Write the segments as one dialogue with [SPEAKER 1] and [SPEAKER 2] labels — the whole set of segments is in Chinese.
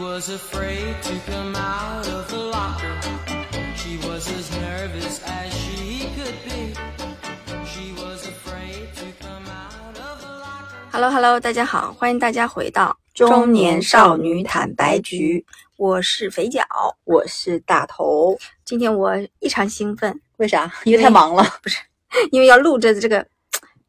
[SPEAKER 1] was afraid to come out of the locker. She was as nervous as she could be. She was afraid to come out of the locker.
[SPEAKER 2] Hello Hello，大家好，欢迎大家回到
[SPEAKER 3] 中年少女坦白局，
[SPEAKER 2] 我是肥脚。
[SPEAKER 3] 我是大头。
[SPEAKER 2] 今天我异常兴奋，
[SPEAKER 3] 为啥？因为太忙了，
[SPEAKER 2] 因为要录制的这个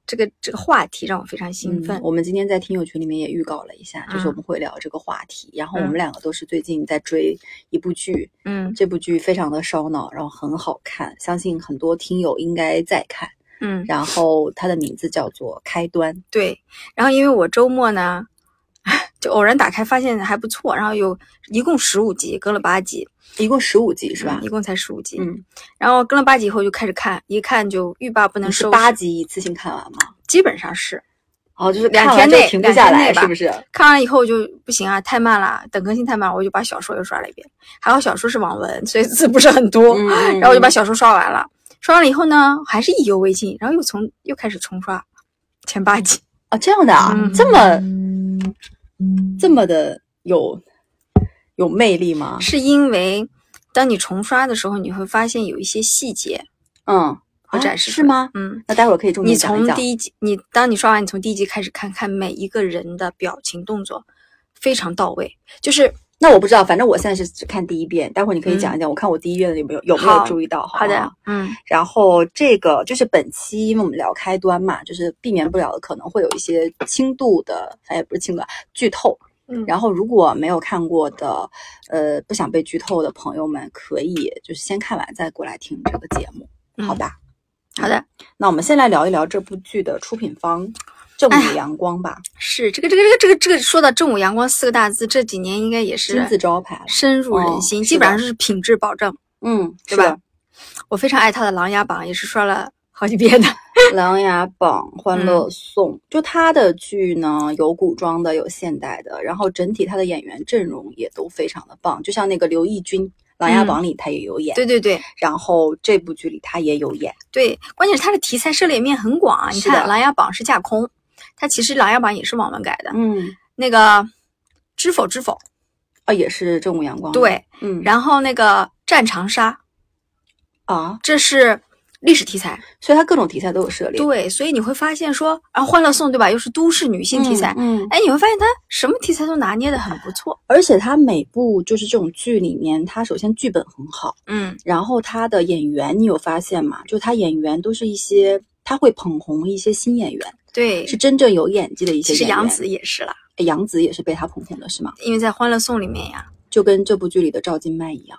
[SPEAKER 2] 这个这个话题让我非常 兴奋。嗯
[SPEAKER 3] 嗯我们今天在听友群里面也预告了一下，就是我们会聊这个话题。然后我们两个都是最近在追一部剧，
[SPEAKER 2] 嗯
[SPEAKER 3] 这部剧非常的烧脑，然后很好看，相信很多听友应该在看。
[SPEAKER 2] 嗯，
[SPEAKER 3] 然后它的名字叫做《开端》，
[SPEAKER 2] 对。然后因为我周末呢， 就偶然打开发现还不错，然后有一共十五集，更了八集，
[SPEAKER 3] 一共十五集是吧
[SPEAKER 2] 嗯一？共才十五集。
[SPEAKER 3] 嗯，
[SPEAKER 2] 然后更了八集以后就开始看，一看就欲罢不能
[SPEAKER 3] 你是
[SPEAKER 2] 收拾，
[SPEAKER 3] 八集一次性看完吗？
[SPEAKER 2] 基本上是。
[SPEAKER 3] 哦，就是
[SPEAKER 2] 两
[SPEAKER 3] 看完
[SPEAKER 2] 天
[SPEAKER 3] 就
[SPEAKER 2] 内
[SPEAKER 3] 停不
[SPEAKER 2] 两
[SPEAKER 3] 下
[SPEAKER 2] 天内
[SPEAKER 3] 来，
[SPEAKER 2] 吧
[SPEAKER 3] 是不是？
[SPEAKER 2] 看完以后就不行啊，太慢了，等更新太慢了，我就把小说又刷了一遍。还好小说是网文，所以字不是很多，
[SPEAKER 3] 嗯 嗯
[SPEAKER 2] 然后我就把
[SPEAKER 3] 嗯
[SPEAKER 2] 小说刷完了。刷完了以后呢，还是意犹未尽，然后又从又开始重刷前八集。
[SPEAKER 3] 哦这样的啊，
[SPEAKER 2] 嗯
[SPEAKER 3] 这么这么的有有魅力吗？
[SPEAKER 2] 是因为当你重刷的时候，你会发现有一些细节
[SPEAKER 3] 嗯，
[SPEAKER 2] 会
[SPEAKER 3] 啊
[SPEAKER 2] 展示出
[SPEAKER 3] 是
[SPEAKER 2] 来
[SPEAKER 3] 吗？
[SPEAKER 2] 嗯，
[SPEAKER 3] 那待会儿可以重
[SPEAKER 2] 你
[SPEAKER 3] 点讲
[SPEAKER 2] 从
[SPEAKER 3] 一讲。
[SPEAKER 2] 第一集，你当你刷完，你从第一集开始看看每一个人的表情动作，非常到位，就是
[SPEAKER 3] 那我不知道，反正我现在是只看第一遍，待会儿你可以讲一讲，我看我第一遍有没有有没有
[SPEAKER 2] 嗯好
[SPEAKER 3] 注意到。
[SPEAKER 2] 好
[SPEAKER 3] 吗
[SPEAKER 2] 的，嗯
[SPEAKER 3] 然后这个就是本期，因为我们聊开端嘛，就是避免不了的可能会有一些轻度的，哎，也不是轻度啊，剧透。
[SPEAKER 2] 嗯
[SPEAKER 3] 然后如果没有看过的，呃，不想被剧透的朋友们，可以就是先看完再过来听这个节目，
[SPEAKER 2] 嗯
[SPEAKER 3] 好吧？
[SPEAKER 2] 好的，
[SPEAKER 3] 那我们先来聊一聊这部剧的出品方正
[SPEAKER 2] 哎
[SPEAKER 3] 午阳光吧，
[SPEAKER 2] 是这个这个这个这个这个说到正午阳光四个大字，这几年应该也
[SPEAKER 3] 金
[SPEAKER 2] 是
[SPEAKER 3] 字招牌了。
[SPEAKER 2] 深入人心，
[SPEAKER 3] 哦
[SPEAKER 2] 基本上是品质保证。
[SPEAKER 3] 嗯，
[SPEAKER 2] 对
[SPEAKER 3] 是
[SPEAKER 2] 吧
[SPEAKER 3] 的
[SPEAKER 2] 我非常爱他的《琅琊榜》，也是刷了好几 遍的。
[SPEAKER 3] 《琅琊榜》《
[SPEAKER 2] 嗯
[SPEAKER 3] 欢乐颂》就他的剧呢，有古装的，有现代的，然后整体他的演员阵容也都非常的棒，就像那个刘奕君，《琅琊榜》里他也有演，
[SPEAKER 2] 嗯对对对
[SPEAKER 3] 然后这部剧里他也有演，
[SPEAKER 2] 对，关键是他的题材涉猎面很广啊。你
[SPEAKER 3] 是的
[SPEAKER 2] 看，《琅琊榜》是架空，他其实《琅琊榜》也是网文改的。
[SPEAKER 3] 嗯，
[SPEAKER 2] 那个《知否知否
[SPEAKER 3] 啊，也是正午阳光，》，
[SPEAKER 2] 对，
[SPEAKER 3] 嗯，
[SPEAKER 2] 然后那个《战长沙》，
[SPEAKER 3] 啊，
[SPEAKER 2] 这是历史题材。
[SPEAKER 3] 所以他各种题材都有涉猎，
[SPEAKER 2] 对，所以你会发现说，啊，《欢乐颂》对吧？又是都市女性
[SPEAKER 3] 嗯，
[SPEAKER 2] 题材。
[SPEAKER 3] 嗯，
[SPEAKER 2] 哎，你会发现他什么题材都拿捏的很不错。
[SPEAKER 3] 而且他每部就是这种剧里面，他首先剧本很好，
[SPEAKER 2] 嗯，
[SPEAKER 3] 然后他的演员你有发现吗？就他演员都是一些他会捧红一些新演员。
[SPEAKER 2] 对，
[SPEAKER 3] 是真正有演技的一些
[SPEAKER 2] 其实
[SPEAKER 3] 演员。
[SPEAKER 2] 杨紫也是啦，
[SPEAKER 3] 哎，杨紫也是被他捧红的，是吗？
[SPEAKER 2] 因为在《欢乐颂》里面呀，
[SPEAKER 3] 就跟这部剧里的赵今麦一样，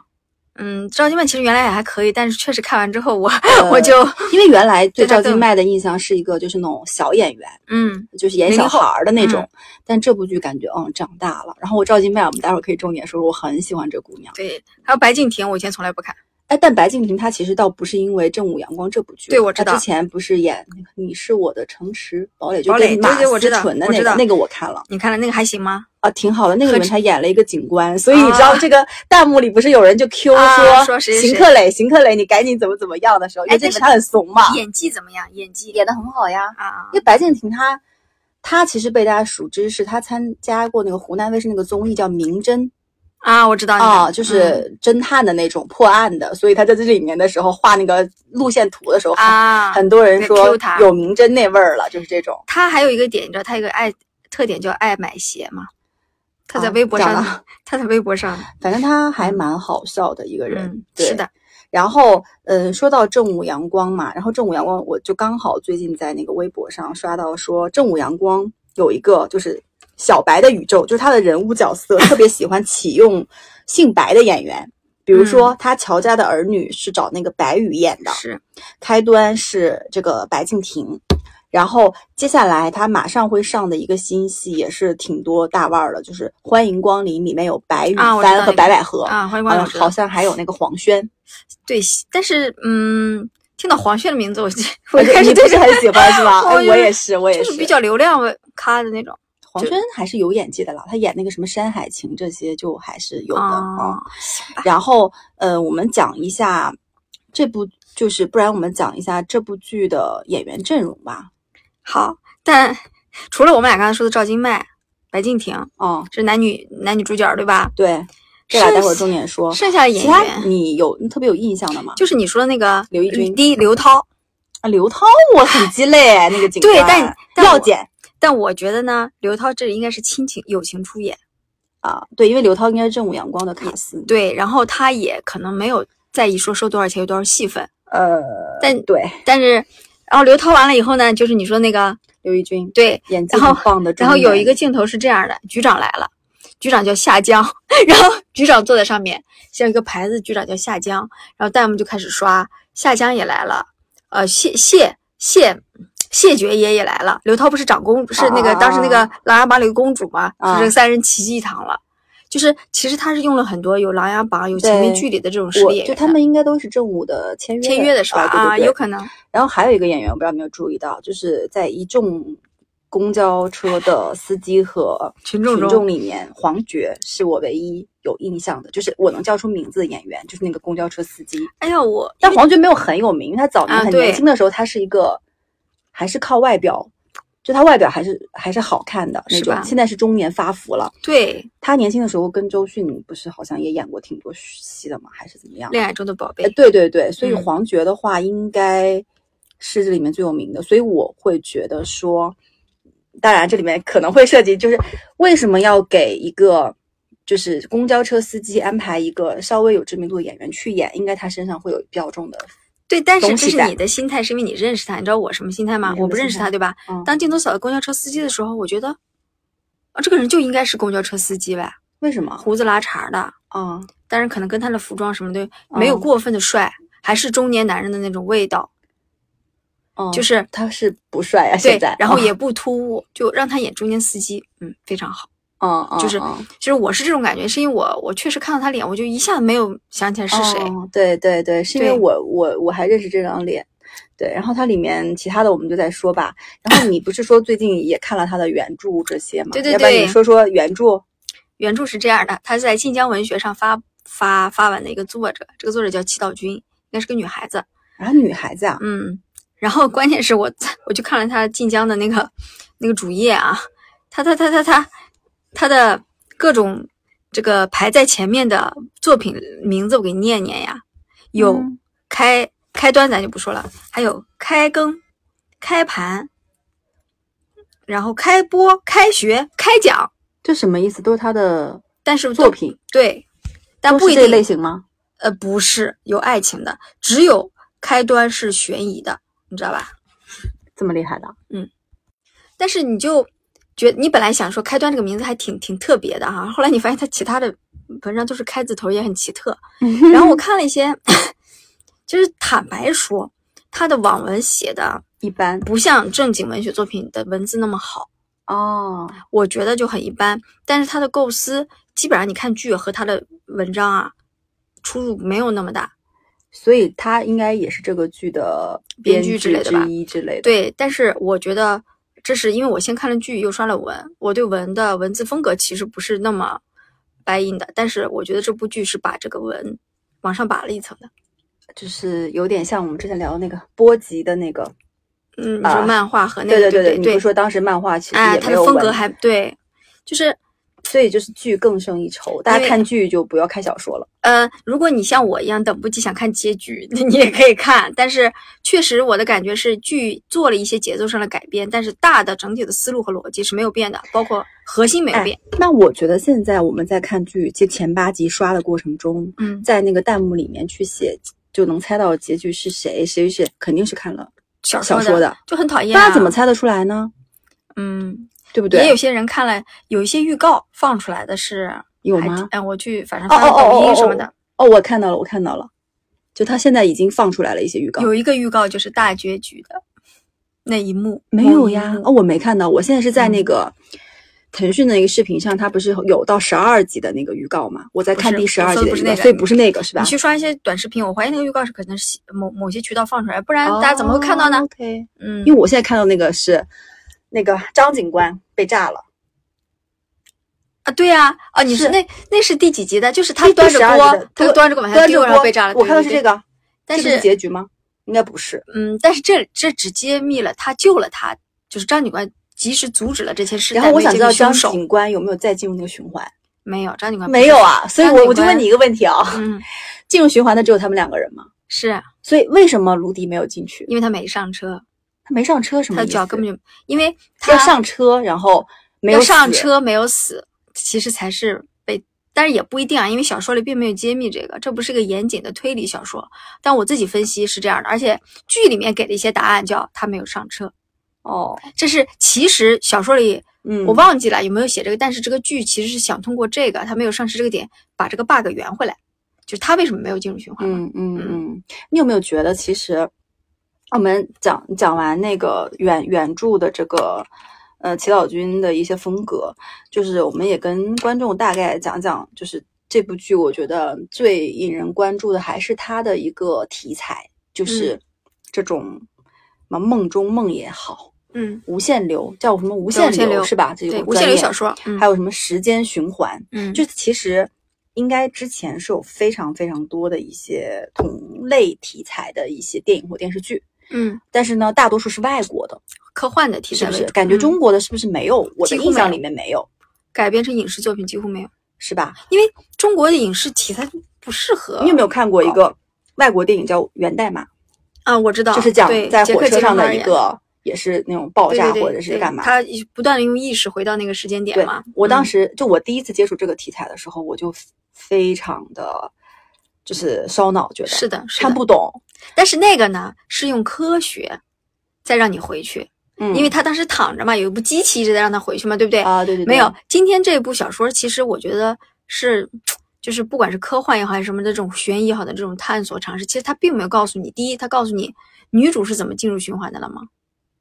[SPEAKER 2] 嗯，赵今麦其实原来也还可以，但是确实看完之后我，
[SPEAKER 3] 呃
[SPEAKER 2] 我就
[SPEAKER 3] 因为原来对
[SPEAKER 2] 对她
[SPEAKER 3] 赵
[SPEAKER 2] 更
[SPEAKER 3] 今麦的印象是一个就是那种小演员，
[SPEAKER 2] 嗯，
[SPEAKER 3] 就是演
[SPEAKER 2] 零
[SPEAKER 3] 小
[SPEAKER 2] 零后嗯
[SPEAKER 3] 孩儿的那种，但这部剧感觉嗯长大了。然后我赵今麦，我们待会儿可以重点说说，我很喜欢这姑娘。
[SPEAKER 2] 对。还有白敬亭，我以前从来不看，
[SPEAKER 3] 哎，但白敬亭她其实倒不是因为《正午阳光》这部剧，啊
[SPEAKER 2] 对我知道
[SPEAKER 3] 她之前不是演那个《你是我的城池堡垒》，就
[SPEAKER 2] 堡垒
[SPEAKER 3] 跟马
[SPEAKER 2] 对对我
[SPEAKER 3] 思
[SPEAKER 2] 知道
[SPEAKER 3] 纯的
[SPEAKER 2] 我
[SPEAKER 3] 那
[SPEAKER 2] 知
[SPEAKER 3] 个
[SPEAKER 2] 道
[SPEAKER 3] 那个我看了。
[SPEAKER 2] 你看了那个还行吗？
[SPEAKER 3] 啊，挺好的。那个
[SPEAKER 2] 和
[SPEAKER 3] 里面
[SPEAKER 2] 这
[SPEAKER 3] 他演了一个警官，所以你知
[SPEAKER 2] 啊
[SPEAKER 3] 道这个弹幕里不是有人就 Q
[SPEAKER 2] 啊
[SPEAKER 3] 说
[SPEAKER 2] 说谁谁
[SPEAKER 3] 邢
[SPEAKER 2] 谁
[SPEAKER 3] 克磊，邢克磊，你赶紧怎么怎么样的时候，因
[SPEAKER 2] 哎
[SPEAKER 3] 为这
[SPEAKER 2] 但
[SPEAKER 3] 个
[SPEAKER 2] 是
[SPEAKER 3] 他很怂嘛，
[SPEAKER 2] 演技怎么样？演技
[SPEAKER 3] 演的很好呀。
[SPEAKER 2] 啊啊
[SPEAKER 3] 因为白敬亭他他其实被大家熟知是他参加过那个湖南卫视那个综艺叫《名侦》
[SPEAKER 2] 啊！我知道
[SPEAKER 3] 啊、
[SPEAKER 2] 你
[SPEAKER 3] 就
[SPEAKER 2] 嗯
[SPEAKER 3] 是侦探的那种破案的，所以他在这里面的时候画那个路线图的时候，
[SPEAKER 2] 啊，
[SPEAKER 3] 很多人
[SPEAKER 2] 对
[SPEAKER 3] 说
[SPEAKER 2] Q 他
[SPEAKER 3] 有名侦那味儿了，就是这种。
[SPEAKER 2] 他还有一个点，你知道他有个爱特点叫爱买鞋嘛？他在
[SPEAKER 3] 啊
[SPEAKER 2] 微博
[SPEAKER 3] 讲
[SPEAKER 2] 上，
[SPEAKER 3] 了
[SPEAKER 2] 他在微博上，
[SPEAKER 3] 反正他还蛮好笑的一个 人，
[SPEAKER 2] 嗯，
[SPEAKER 3] 对
[SPEAKER 2] 是的，
[SPEAKER 3] 然后，呃，说到正午阳光嘛，然后正午阳光，我就刚好最近在那个微博上刷到说，正午阳光有一个就是小白的宇宙，就是他的人物角色特别喜欢启用姓白的演员，比如
[SPEAKER 2] 嗯
[SPEAKER 3] 说他《乔家的儿女》是找那个白宇演的，
[SPEAKER 2] 是
[SPEAKER 3] 开端是这个白敬亭，然后接下来他马上会上的一个新戏也是挺多大腕儿的，就是《欢迎光临》，里面有白宇
[SPEAKER 2] 啊我知道
[SPEAKER 3] 帆和
[SPEAKER 2] 那个
[SPEAKER 3] 白百合。
[SPEAKER 2] 啊，欢迎光
[SPEAKER 3] 呃
[SPEAKER 2] 临，
[SPEAKER 3] 好像还有那个黄轩，
[SPEAKER 2] 对，但是嗯，听到黄轩的名字，我就我
[SPEAKER 3] 我
[SPEAKER 2] 开
[SPEAKER 3] 开
[SPEAKER 2] 始
[SPEAKER 3] 始
[SPEAKER 2] 对这
[SPEAKER 3] 就是
[SPEAKER 2] 个
[SPEAKER 3] 很喜欢是吧？
[SPEAKER 2] 我
[SPEAKER 3] 哎
[SPEAKER 2] 就
[SPEAKER 3] 我
[SPEAKER 2] 是
[SPEAKER 3] 也是，我也
[SPEAKER 2] 就是是比较流量咖的那种
[SPEAKER 3] 黄轩还是有演技的啦，他演那个什么《山海情》这些就还是有的
[SPEAKER 2] 啊
[SPEAKER 3] 啊。。然后呃，我们讲一下这部，就是不然我们讲一下这部剧的演员阵容吧。
[SPEAKER 2] 好，但除了我们俩刚才说的赵今麦，白敬亭
[SPEAKER 3] 哦，
[SPEAKER 2] 是男女男女主角对吧？
[SPEAKER 3] 对，这俩
[SPEAKER 2] 剩
[SPEAKER 3] 待会儿重点说。
[SPEAKER 2] 剩下的演
[SPEAKER 3] 其他
[SPEAKER 2] 员
[SPEAKER 3] 你有特别有印象的吗？
[SPEAKER 2] 就是你说的那个
[SPEAKER 3] 刘奕君
[SPEAKER 2] 第一刘涛，
[SPEAKER 3] 啊，刘涛我很鸡肋，哎那 个警
[SPEAKER 2] 对
[SPEAKER 3] 官
[SPEAKER 2] 但但
[SPEAKER 3] 药
[SPEAKER 2] 我
[SPEAKER 3] 检
[SPEAKER 2] 但我觉得呢，刘涛这应该是亲情友情出演，
[SPEAKER 3] 啊，对，因为刘涛应该是正午阳光的卡斯，
[SPEAKER 2] 对，然后他也可能没有在意说收多少钱有多少戏份，
[SPEAKER 3] 呃，
[SPEAKER 2] 但
[SPEAKER 3] 对，
[SPEAKER 2] 但是，然后刘涛完了以后呢，就是你说那个
[SPEAKER 3] 刘奕君
[SPEAKER 2] 对，
[SPEAKER 3] 演技
[SPEAKER 2] 然后
[SPEAKER 3] 很棒的中
[SPEAKER 2] 然
[SPEAKER 3] 年，
[SPEAKER 2] 后有一个镜头是这样的，局长来了，局长叫下江， 然后局长坐在上面，像一个牌子，局长叫下江，然后弹幕就开始刷，下江也来了，呃，谢谢谢谢觉爷也来了，刘涛不是长公主，是那个、
[SPEAKER 3] 啊
[SPEAKER 2] 当时那个《琅琊榜》里的公主嘛，
[SPEAKER 3] 啊
[SPEAKER 2] 就是三人齐聚一堂了。就是，其实他是用了很多有《琅琊榜》、有
[SPEAKER 3] 对
[SPEAKER 2] 前面剧里的这种实
[SPEAKER 3] 我
[SPEAKER 2] 力演员
[SPEAKER 3] 就
[SPEAKER 2] 的，
[SPEAKER 3] 他们应该都是正午的签约
[SPEAKER 2] 签约的是吧？
[SPEAKER 3] 啊，对对对
[SPEAKER 2] 有可能。
[SPEAKER 3] 然后还有一个演员，我不知道有没有注意到，就是在一众公交车的司机和
[SPEAKER 2] 群众中
[SPEAKER 3] 里面，黄觉是我唯一有印象的，就是我能叫出名字的演员，就是那个公交车司机。
[SPEAKER 2] 哎呀，我
[SPEAKER 3] 但黄觉没有很有名，因为他早年
[SPEAKER 2] 啊
[SPEAKER 3] 很
[SPEAKER 2] 对
[SPEAKER 3] 年轻的时候，他是一个还是靠外表，就他外表还是还是好看的那
[SPEAKER 2] 是
[SPEAKER 3] 种
[SPEAKER 2] 吧。
[SPEAKER 3] 现在是中年发福了。
[SPEAKER 2] 对
[SPEAKER 3] 他年轻的时候跟周迅不是好像也演过挺多戏的嘛，还是怎么样？
[SPEAKER 2] 恋爱中的宝贝
[SPEAKER 3] 哎，，对对对，所以
[SPEAKER 2] 嗯
[SPEAKER 3] 黄觉的话应该是这里面最有名的，所以我会觉得说，当然这里面可能会涉及，就是为什么要给一个就是公交车司机安排一个稍微有知名度的演员去演，应该他身上会有比较重的，
[SPEAKER 2] 对，但是
[SPEAKER 3] 东
[SPEAKER 2] 这
[SPEAKER 3] 西
[SPEAKER 2] 是
[SPEAKER 3] 在
[SPEAKER 2] 你的心态，是因为你认识他。你知道我什么心态吗
[SPEAKER 3] 你？什
[SPEAKER 2] 我
[SPEAKER 3] 么
[SPEAKER 2] 不认
[SPEAKER 3] 心
[SPEAKER 2] 识
[SPEAKER 3] 态
[SPEAKER 2] 他，对吧？
[SPEAKER 3] 嗯，
[SPEAKER 2] 当镜头扫到公交车司机的时候，我觉得啊，这个人就应该是公交车司机呗，
[SPEAKER 3] 为什么
[SPEAKER 2] 胡子拉碴儿的，
[SPEAKER 3] 啊、
[SPEAKER 2] 但是可能跟他的服装什么的没有
[SPEAKER 3] 嗯
[SPEAKER 2] 过分的帅，还是中年男人的那种味道，
[SPEAKER 3] 嗯
[SPEAKER 2] 就是
[SPEAKER 3] 他是不帅啊，
[SPEAKER 2] 对
[SPEAKER 3] 现在，，
[SPEAKER 2] 然后
[SPEAKER 3] 嗯
[SPEAKER 2] 也不突兀，就让他演中年司机，嗯，非常好。
[SPEAKER 3] 嗯嗯，
[SPEAKER 2] 就是
[SPEAKER 3] 嗯
[SPEAKER 2] 其实我是这种感觉，是因为我我确实看到他脸，我就一下没有想起来是谁。
[SPEAKER 3] 哦对对对，是因为
[SPEAKER 2] 对
[SPEAKER 3] 我我我还认识这张脸。对，然后它里面其他的我们就再说吧。然后你不是说最近也看了他的原著这些吗？
[SPEAKER 2] 对对
[SPEAKER 3] 要不然你
[SPEAKER 2] 对
[SPEAKER 3] 说说原著。
[SPEAKER 2] 原著是这样的，他是在晋江文学上发发发文的一个作者，这个作者叫祁岛君，应该是个女孩子。
[SPEAKER 3] 然后女孩子啊，
[SPEAKER 2] 嗯，然后关键是我我去看了他晋江的那个那个主页啊，他他他他他他的各种这个排在前面的作品名字，我给你念念呀，有
[SPEAKER 3] 嗯
[SPEAKER 2] 开、开端咱就不说了，还有开更、开盘，然后开播、开学、开讲，
[SPEAKER 3] 这什么意思？都是他的
[SPEAKER 2] 但是都
[SPEAKER 3] 作品，
[SPEAKER 2] 对，但
[SPEAKER 3] 都
[SPEAKER 2] 不
[SPEAKER 3] 是
[SPEAKER 2] 一
[SPEAKER 3] 这
[SPEAKER 2] 定
[SPEAKER 3] 类型吗？
[SPEAKER 2] 呃，不是有爱情的，只有开端是悬疑的，你知道吧？
[SPEAKER 3] 这么厉 害的？
[SPEAKER 2] 但是你就觉你本来想说开端这个名字还挺挺特别的哈，后来你发现它其他的文章都是开字头，也很奇特。
[SPEAKER 3] 嗯
[SPEAKER 2] 然后我看了一些， 就是坦白说，他的网文写的
[SPEAKER 3] 一般
[SPEAKER 2] 不像正经文学作品的文字那么好，
[SPEAKER 3] 哦，
[SPEAKER 2] 我觉得就很一般。但是他的构思，基本上你看剧和他的文章啊，出入没有那么大。
[SPEAKER 3] 所以他应该也是这个剧的
[SPEAKER 2] 编
[SPEAKER 3] 剧
[SPEAKER 2] 剧之类的吧
[SPEAKER 3] 一之类的。，
[SPEAKER 2] 对，但是我觉得这是因为我先看了剧，又刷了文，我对文的文字风格其实不是那么白印的，但是我觉得这部剧是把这个文往上拔了一层的。
[SPEAKER 3] 就是有点像我们之前聊的那个波及的那个。
[SPEAKER 2] 嗯，你
[SPEAKER 3] 啊
[SPEAKER 2] 说漫画和那
[SPEAKER 3] 对
[SPEAKER 2] 个、
[SPEAKER 3] 对
[SPEAKER 2] 对
[SPEAKER 3] 你不是说当时漫画其实
[SPEAKER 2] 哎，
[SPEAKER 3] 也
[SPEAKER 2] 它
[SPEAKER 3] 没
[SPEAKER 2] 的
[SPEAKER 3] 有
[SPEAKER 2] 风
[SPEAKER 3] 文
[SPEAKER 2] 格还对，就是
[SPEAKER 3] 所以就是剧更胜一筹，大家看剧就不要看小说了。
[SPEAKER 2] 呃，如果你像我一样等不及想看结局， 那你也可以看。但是确实，我的感觉是剧做了一些节奏上的改变，但是大的整体的思路和逻辑是没有变的，包括核心
[SPEAKER 3] 哎
[SPEAKER 2] 没有变。
[SPEAKER 3] 那我觉得现在我们在看剧，就前八集刷的过程中，
[SPEAKER 2] 嗯，
[SPEAKER 3] 在那个弹幕里面去写，就能猜到结局是谁，谁是肯定是看了，
[SPEAKER 2] 小
[SPEAKER 3] 小
[SPEAKER 2] 说
[SPEAKER 3] 说的
[SPEAKER 2] 就很讨厌、
[SPEAKER 3] 大
[SPEAKER 2] 啊。
[SPEAKER 3] 家怎么猜得出来呢？
[SPEAKER 2] 嗯，
[SPEAKER 3] 对不
[SPEAKER 2] 也有
[SPEAKER 3] 对？
[SPEAKER 2] 些人看了，有一些预告放出来的是
[SPEAKER 3] 有
[SPEAKER 2] 还
[SPEAKER 3] 吗？
[SPEAKER 2] 嗯，我去，反正
[SPEAKER 3] 哦
[SPEAKER 2] 翻
[SPEAKER 3] 哦哦
[SPEAKER 2] 抖
[SPEAKER 3] 哦
[SPEAKER 2] 音什么的，
[SPEAKER 3] 哦，我看到了，我看到了，就他现在已经放出来了一些预告。
[SPEAKER 2] 有一个预告就是大结局的那一幕，
[SPEAKER 3] 没
[SPEAKER 2] 某
[SPEAKER 3] 有
[SPEAKER 2] 一
[SPEAKER 3] 呀？
[SPEAKER 2] 幕
[SPEAKER 3] 哦，我没看到，我现在是在那
[SPEAKER 2] 嗯
[SPEAKER 3] 个。腾讯的一个视频上，它不是有到十二集的那个预告吗？我在
[SPEAKER 2] 不
[SPEAKER 3] 看
[SPEAKER 2] 是
[SPEAKER 3] 第十二
[SPEAKER 2] 我搜的
[SPEAKER 3] 集的
[SPEAKER 2] 不是
[SPEAKER 3] 预
[SPEAKER 2] 那
[SPEAKER 3] 告，
[SPEAKER 2] 个
[SPEAKER 3] 所以不是那个是吧
[SPEAKER 2] 你？去刷一些短视频，我怀疑那个预告是可能是某某些渠道放出来，不然大家怎么会看到呢？
[SPEAKER 3] o k
[SPEAKER 2] 嗯
[SPEAKER 3] 哦因为我现在看到那个是那个张警官被炸了，
[SPEAKER 2] 啊，对呀、啊，你
[SPEAKER 3] 是
[SPEAKER 2] 是那那是第几集的？就是他
[SPEAKER 3] 第
[SPEAKER 2] 端着
[SPEAKER 3] 12集
[SPEAKER 2] 锅
[SPEAKER 3] 的，
[SPEAKER 2] 他
[SPEAKER 3] 对
[SPEAKER 2] 端着锅往下
[SPEAKER 3] 端着
[SPEAKER 2] 哎丢，然后
[SPEAKER 3] 锅
[SPEAKER 2] 被炸了。
[SPEAKER 3] 我
[SPEAKER 2] 对
[SPEAKER 3] 看
[SPEAKER 2] 对
[SPEAKER 3] 到是
[SPEAKER 2] 对
[SPEAKER 3] 这个，
[SPEAKER 2] 但
[SPEAKER 3] 这个结局吗？应该不是。
[SPEAKER 2] 嗯，但是这这只揭秘了他救了他，就是张警官及时阻止了这些事，
[SPEAKER 3] 然后我
[SPEAKER 2] 但
[SPEAKER 3] 想
[SPEAKER 2] 没
[SPEAKER 3] 知
[SPEAKER 2] 有
[SPEAKER 3] 道
[SPEAKER 2] 这个
[SPEAKER 3] 张
[SPEAKER 2] 凶手
[SPEAKER 3] 警官有没有再进入那个循环？
[SPEAKER 2] 没有张警官不
[SPEAKER 3] 没有啊，所以
[SPEAKER 2] 张
[SPEAKER 3] 我
[SPEAKER 2] 警
[SPEAKER 3] 我就问
[SPEAKER 2] 官
[SPEAKER 3] 你一个问题啊，
[SPEAKER 2] 是，嗯，
[SPEAKER 3] 进入循环的只有他们两个人吗？
[SPEAKER 2] 是啊
[SPEAKER 3] 所以为什么卢迪没有进去？
[SPEAKER 2] 因为他没上车，
[SPEAKER 3] 他没上车什
[SPEAKER 2] 他
[SPEAKER 3] 么
[SPEAKER 2] 的
[SPEAKER 3] 意思？
[SPEAKER 2] 脚根本就因为他
[SPEAKER 3] 要上车，然后没有
[SPEAKER 2] 要上
[SPEAKER 3] 死
[SPEAKER 2] 车没有死，其实才是被，但是也不一定啊，因为小说里并没有揭秘这个，这不是个严谨的推理小说。但我自己分析是这样的，而且剧里面给的一些答案叫他没有上车，
[SPEAKER 3] 哦，
[SPEAKER 2] 这是其实小说里
[SPEAKER 3] 嗯，
[SPEAKER 2] 我忘记了有没有写这个，但是这个剧其实是想通过这个他没有上车这个点把这个 bug 圆回来，就是他为什么没有进入循环嘛。
[SPEAKER 3] 嗯嗯嗯，你有没有觉得其实我们讲讲完那个原原著的这个呃祈祷君的一些风格，就是我们也跟观众大概讲讲，就是这部剧我觉得最引人关注的还是它的一个题材，
[SPEAKER 2] 嗯
[SPEAKER 3] 就是这种什么梦中梦也好，
[SPEAKER 2] 嗯，
[SPEAKER 3] 无限流叫什么无
[SPEAKER 2] 对
[SPEAKER 3] 限
[SPEAKER 2] 无限流
[SPEAKER 3] 是吧？这
[SPEAKER 2] 对，
[SPEAKER 3] 个
[SPEAKER 2] 无限
[SPEAKER 3] 专
[SPEAKER 2] 流
[SPEAKER 3] 业
[SPEAKER 2] 小说，嗯，
[SPEAKER 3] 还有什么时间循环，
[SPEAKER 2] 嗯，
[SPEAKER 3] 就其实应该之前是有非常非常多的一些同类题材的一些电影或电视剧，
[SPEAKER 2] 嗯
[SPEAKER 3] 但是呢，大多数是外国的，
[SPEAKER 2] 科幻的题
[SPEAKER 3] 是
[SPEAKER 2] 材
[SPEAKER 3] 不
[SPEAKER 2] 为
[SPEAKER 3] 是？
[SPEAKER 2] 主
[SPEAKER 3] 感觉
[SPEAKER 2] 嗯
[SPEAKER 3] 中国的是不是没有？我
[SPEAKER 2] 几
[SPEAKER 3] 的
[SPEAKER 2] 乎
[SPEAKER 3] 印象
[SPEAKER 2] 没有
[SPEAKER 3] 里面没有，
[SPEAKER 2] 改编成影视作品几乎没有，
[SPEAKER 3] 是吧？
[SPEAKER 2] 因为中国的影视题材不适合。
[SPEAKER 3] 你有没有看
[SPEAKER 2] 哦
[SPEAKER 3] 过一个外国电影叫《源代码
[SPEAKER 2] 啊，我知道，》，
[SPEAKER 3] 就是讲
[SPEAKER 2] 对
[SPEAKER 3] 在
[SPEAKER 2] 杰
[SPEAKER 3] 火
[SPEAKER 2] 克·
[SPEAKER 3] 车
[SPEAKER 2] 吉
[SPEAKER 3] 上
[SPEAKER 2] 伦哈
[SPEAKER 3] 的
[SPEAKER 2] 尔
[SPEAKER 3] 一
[SPEAKER 2] 演
[SPEAKER 3] 个，也是那种爆
[SPEAKER 2] 对
[SPEAKER 3] 炸
[SPEAKER 2] 对对
[SPEAKER 3] 或者是
[SPEAKER 2] 对
[SPEAKER 3] 干嘛？
[SPEAKER 2] 他不断的用意识回到那个时间点
[SPEAKER 3] 对
[SPEAKER 2] 嘛。
[SPEAKER 3] 我当
[SPEAKER 2] 嗯
[SPEAKER 3] 时就我第一次接触这个题材的时候，我就非常的就是烧脑，觉得
[SPEAKER 2] 嗯是的，是
[SPEAKER 3] 看
[SPEAKER 2] 的，
[SPEAKER 3] 不懂，
[SPEAKER 2] 但是那个呢是用科学再让你回去，
[SPEAKER 3] 嗯，
[SPEAKER 2] 因为他当时躺着嘛，有一部机器一直在让他回去嘛，对不对？
[SPEAKER 3] 啊，对对对，
[SPEAKER 2] 没有，今天这部小说其实我觉得是，就是不管是科幻也好，还是什么这种悬疑也好的这种探索尝试，其实它并没有告诉你，第一，它告诉你女主是怎么进入循环的了吗？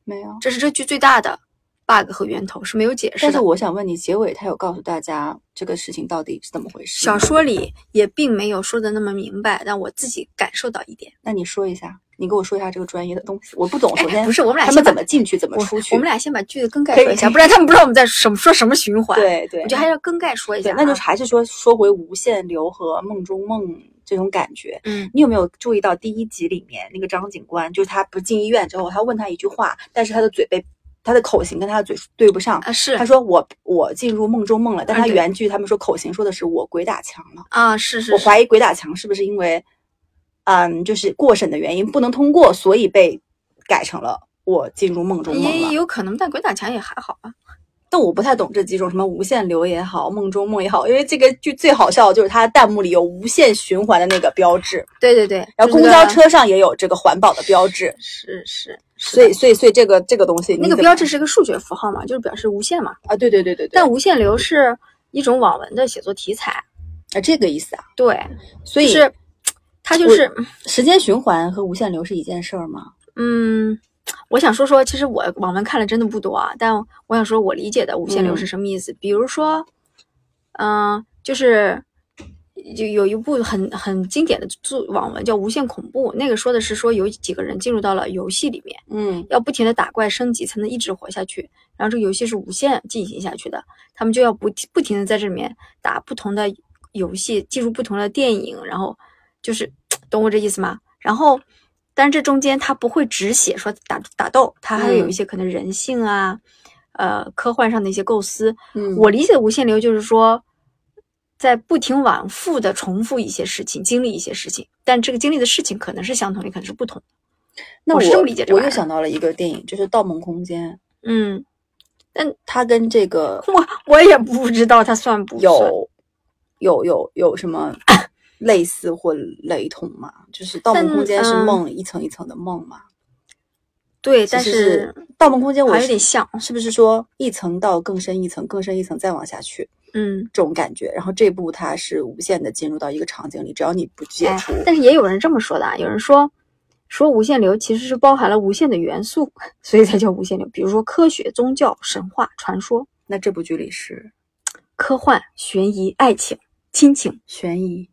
[SPEAKER 3] 没有。
[SPEAKER 2] 这是这剧最大的 bug 和源头是没有解释
[SPEAKER 3] 但是
[SPEAKER 2] 的。
[SPEAKER 3] 我想问你，结尾他有告诉大家这个事情到底是怎么回事？
[SPEAKER 2] 小，说里也并没有说的那么明白，但我自己感受到一点。
[SPEAKER 3] 那你说一下，你给我说一下这个专业的东西，我不懂。
[SPEAKER 2] 哎
[SPEAKER 3] 首先，
[SPEAKER 2] 不是我们俩
[SPEAKER 3] 他
[SPEAKER 2] 先
[SPEAKER 3] 们
[SPEAKER 2] 把
[SPEAKER 3] 怎么进去，怎么
[SPEAKER 2] 我
[SPEAKER 3] 出去？
[SPEAKER 2] 我们俩先把剧的更
[SPEAKER 3] 可
[SPEAKER 2] 概
[SPEAKER 3] 以
[SPEAKER 2] 说一
[SPEAKER 3] 可
[SPEAKER 2] 下，
[SPEAKER 3] 以
[SPEAKER 2] 不然他们不知道我们在什么说什么循环。，
[SPEAKER 3] 对对，
[SPEAKER 2] 我觉得还是要更概说一下、
[SPEAKER 3] 对
[SPEAKER 2] 啊。
[SPEAKER 3] 那就是还是说说回无限流和梦中梦这种感觉。
[SPEAKER 2] 嗯
[SPEAKER 3] 你有没有注意到第一集里面那个张警官，就是他不进医院之后，他问他一句话，但是他的嘴被他的口型跟他的嘴对不上。
[SPEAKER 2] 啊是
[SPEAKER 3] 他说我我进入梦中梦了，但
[SPEAKER 2] 啊
[SPEAKER 3] 他
[SPEAKER 2] 对
[SPEAKER 3] 原句他们说口型说的是我鬼打墙了。
[SPEAKER 2] 啊是是
[SPEAKER 3] 我
[SPEAKER 2] 是
[SPEAKER 3] 怀疑鬼打墙是不是因为，嗯，就是过审的原因不能通过，所以被改成了我进入梦中梦
[SPEAKER 2] 也
[SPEAKER 3] 了。
[SPEAKER 2] 有可能，但鬼打墙也还好啊吧。
[SPEAKER 3] 但我不太懂这几种什么无限流也好，梦中梦也好，因为这个剧最好笑的就是它弹幕里有无限循环的那个标志，
[SPEAKER 2] 对对对，
[SPEAKER 3] 然后
[SPEAKER 2] 就
[SPEAKER 3] 公
[SPEAKER 2] 是
[SPEAKER 3] 交
[SPEAKER 2] 这个
[SPEAKER 3] 车上也有这个环保的标志，
[SPEAKER 2] 是是，是
[SPEAKER 3] 所以
[SPEAKER 2] 的
[SPEAKER 3] 所以所以这个这个东西
[SPEAKER 2] 那
[SPEAKER 3] 你
[SPEAKER 2] 个
[SPEAKER 3] 怎么
[SPEAKER 2] 标志是个数学符号嘛，就是表示无限嘛。
[SPEAKER 3] 啊，对对对对对，
[SPEAKER 2] 但无限流是一种网文的写作题材，
[SPEAKER 3] 啊这个意思啊，
[SPEAKER 2] 对，
[SPEAKER 3] 所
[SPEAKER 2] 就
[SPEAKER 3] 以
[SPEAKER 2] 是它就
[SPEAKER 3] 我
[SPEAKER 2] 是
[SPEAKER 3] 时间循环和无限流是一件事儿吗？
[SPEAKER 2] 嗯，我想说说，其实我网文看的真的不多啊，但我想说我理解的无限流
[SPEAKER 3] 嗯
[SPEAKER 2] 是什么意思。比如说，嗯、就是有有一部很很经典的作网文叫《无限恐怖》，那个说的是说有几个人进入到了游戏里面。
[SPEAKER 3] 嗯
[SPEAKER 2] 要不停的打怪升级才能一直活下去。然后这个游戏是无限进行下去的，他们就要不不停的在这里面打不同的游戏，进入不同的电影，然后就是懂我这意思吗？然后，但是这中间他不会只写说打打斗，他还有
[SPEAKER 3] 嗯
[SPEAKER 2] 一些可能人性啊，呃，科幻上的一些构思。
[SPEAKER 3] 嗯，
[SPEAKER 2] 我理解的无限流就是说，在不停往复的重复一些事情，经历一些事情，但这个经历的事情可能是相同，也可能是不同的。
[SPEAKER 3] 那
[SPEAKER 2] 我
[SPEAKER 3] 我
[SPEAKER 2] 是这么理解这
[SPEAKER 3] 我
[SPEAKER 2] 玩
[SPEAKER 3] 又
[SPEAKER 2] 意儿
[SPEAKER 3] 想到了一个电影，就是《盗梦空间》。
[SPEAKER 2] 嗯，
[SPEAKER 3] 它跟这 个
[SPEAKER 2] 我我也不知道它算不算
[SPEAKER 3] 有有有有什 么类似或雷同嘛？就是《盗梦
[SPEAKER 2] 但
[SPEAKER 3] 空间》是
[SPEAKER 2] 嗯
[SPEAKER 3] 梦、一层一层的梦嘛？
[SPEAKER 2] 对，
[SPEAKER 3] 其
[SPEAKER 2] 但
[SPEAKER 3] 实
[SPEAKER 2] 是
[SPEAKER 3] 《盗梦空间》我
[SPEAKER 2] 还有
[SPEAKER 3] 是
[SPEAKER 2] 点像，
[SPEAKER 3] 是不是说一层到更深一层，更深一层再往下去
[SPEAKER 2] 嗯，
[SPEAKER 3] 这种感觉？然后这部它是无限的进入到一个场景里，只要你不解
[SPEAKER 2] 哎
[SPEAKER 3] 除，
[SPEAKER 2] 但是也有人这么说的，啊，有人说说无限流其实是包含了无限的元素， 所以才叫无限流，比如说科学、宗教、神话、传说、
[SPEAKER 3] 那这部剧里是
[SPEAKER 2] 科幻、悬疑、爱情、亲情，
[SPEAKER 3] 悬疑。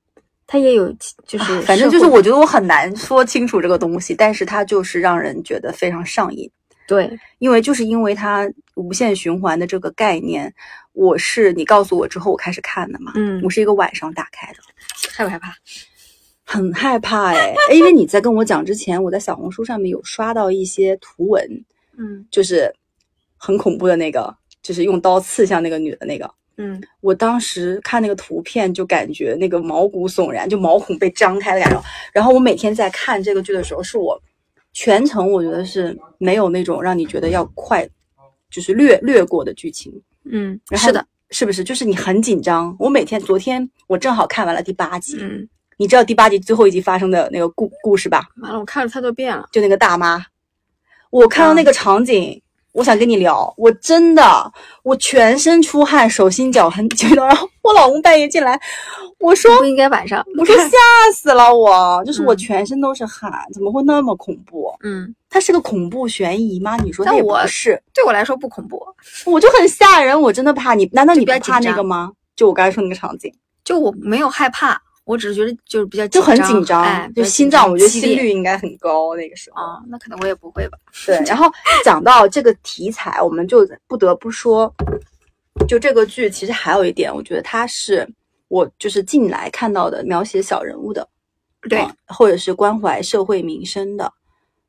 [SPEAKER 2] 它也有就是、
[SPEAKER 3] 啊反正就是我觉得我很难说清楚这个东西，但是它就是让人觉得非常上瘾。
[SPEAKER 2] 对，
[SPEAKER 3] 因为就是因为它无限循环的这个概念，我是你告诉我之后我开始看的嘛，
[SPEAKER 2] 嗯
[SPEAKER 3] 我是一个晚上打开的，
[SPEAKER 2] 害不害怕？
[SPEAKER 3] 很害怕哎，哎因为你在跟我讲之前，我在小红书上面有刷到一些图文，
[SPEAKER 2] 嗯
[SPEAKER 3] 就是很恐怖的那个，就是用刀刺向那个女的那个。
[SPEAKER 2] 嗯，
[SPEAKER 3] 我当时看那个图片，就感觉那个毛骨悚然，就毛孔被张开的感觉。然后我每天在看这个剧的时候，是我全程我觉得是没有那种让你觉得要快，就是略略过的剧情。
[SPEAKER 2] 嗯，
[SPEAKER 3] 然后
[SPEAKER 2] 是的，，
[SPEAKER 3] 是不是？就是你很紧张。我每天，昨天我正好看完了第八集，
[SPEAKER 2] 嗯，
[SPEAKER 3] 你知道第八集最后一集发生的那个故故事吧？
[SPEAKER 2] 完了，我看了太多遍了，
[SPEAKER 3] 就那个大妈，我看到
[SPEAKER 2] 嗯
[SPEAKER 3] 那个场景，我想跟你聊，我真的我全身出汗，手心脚很激动，然后我老公半夜进来，我说
[SPEAKER 2] 不应该晚上，
[SPEAKER 3] 我说吓死了我，就是我
[SPEAKER 2] 嗯
[SPEAKER 3] 全身都是汗，怎么会那么恐怖？
[SPEAKER 2] 嗯，
[SPEAKER 3] 它是个恐怖悬疑吗？你说它
[SPEAKER 2] 但
[SPEAKER 3] 也不
[SPEAKER 2] 我
[SPEAKER 3] 是，
[SPEAKER 2] 对我来说不恐怖，
[SPEAKER 3] 我就很吓人，我真的怕你，难道你
[SPEAKER 2] 就比
[SPEAKER 3] 不
[SPEAKER 2] 较
[SPEAKER 3] 怕
[SPEAKER 2] 紧张
[SPEAKER 3] 那个吗？就我刚才说那个场景，
[SPEAKER 2] 就我没有害怕，我只是觉得就是比较
[SPEAKER 3] 就很紧
[SPEAKER 2] 紧
[SPEAKER 3] 张，
[SPEAKER 2] 哎，比
[SPEAKER 3] 就
[SPEAKER 2] 较
[SPEAKER 3] 心
[SPEAKER 2] 紧
[SPEAKER 3] 脏，我觉得
[SPEAKER 2] 激
[SPEAKER 3] 心
[SPEAKER 2] 烈
[SPEAKER 3] 率应该很高那个时候。
[SPEAKER 2] 啊，那可能我也不会吧，
[SPEAKER 3] 对，然后讲到这个题材，我们就不得不说，就这个剧其实还有一点，我觉得它是我就是近来看到的描写小人物的，
[SPEAKER 2] 对
[SPEAKER 3] 嗯或者是关怀社会民生的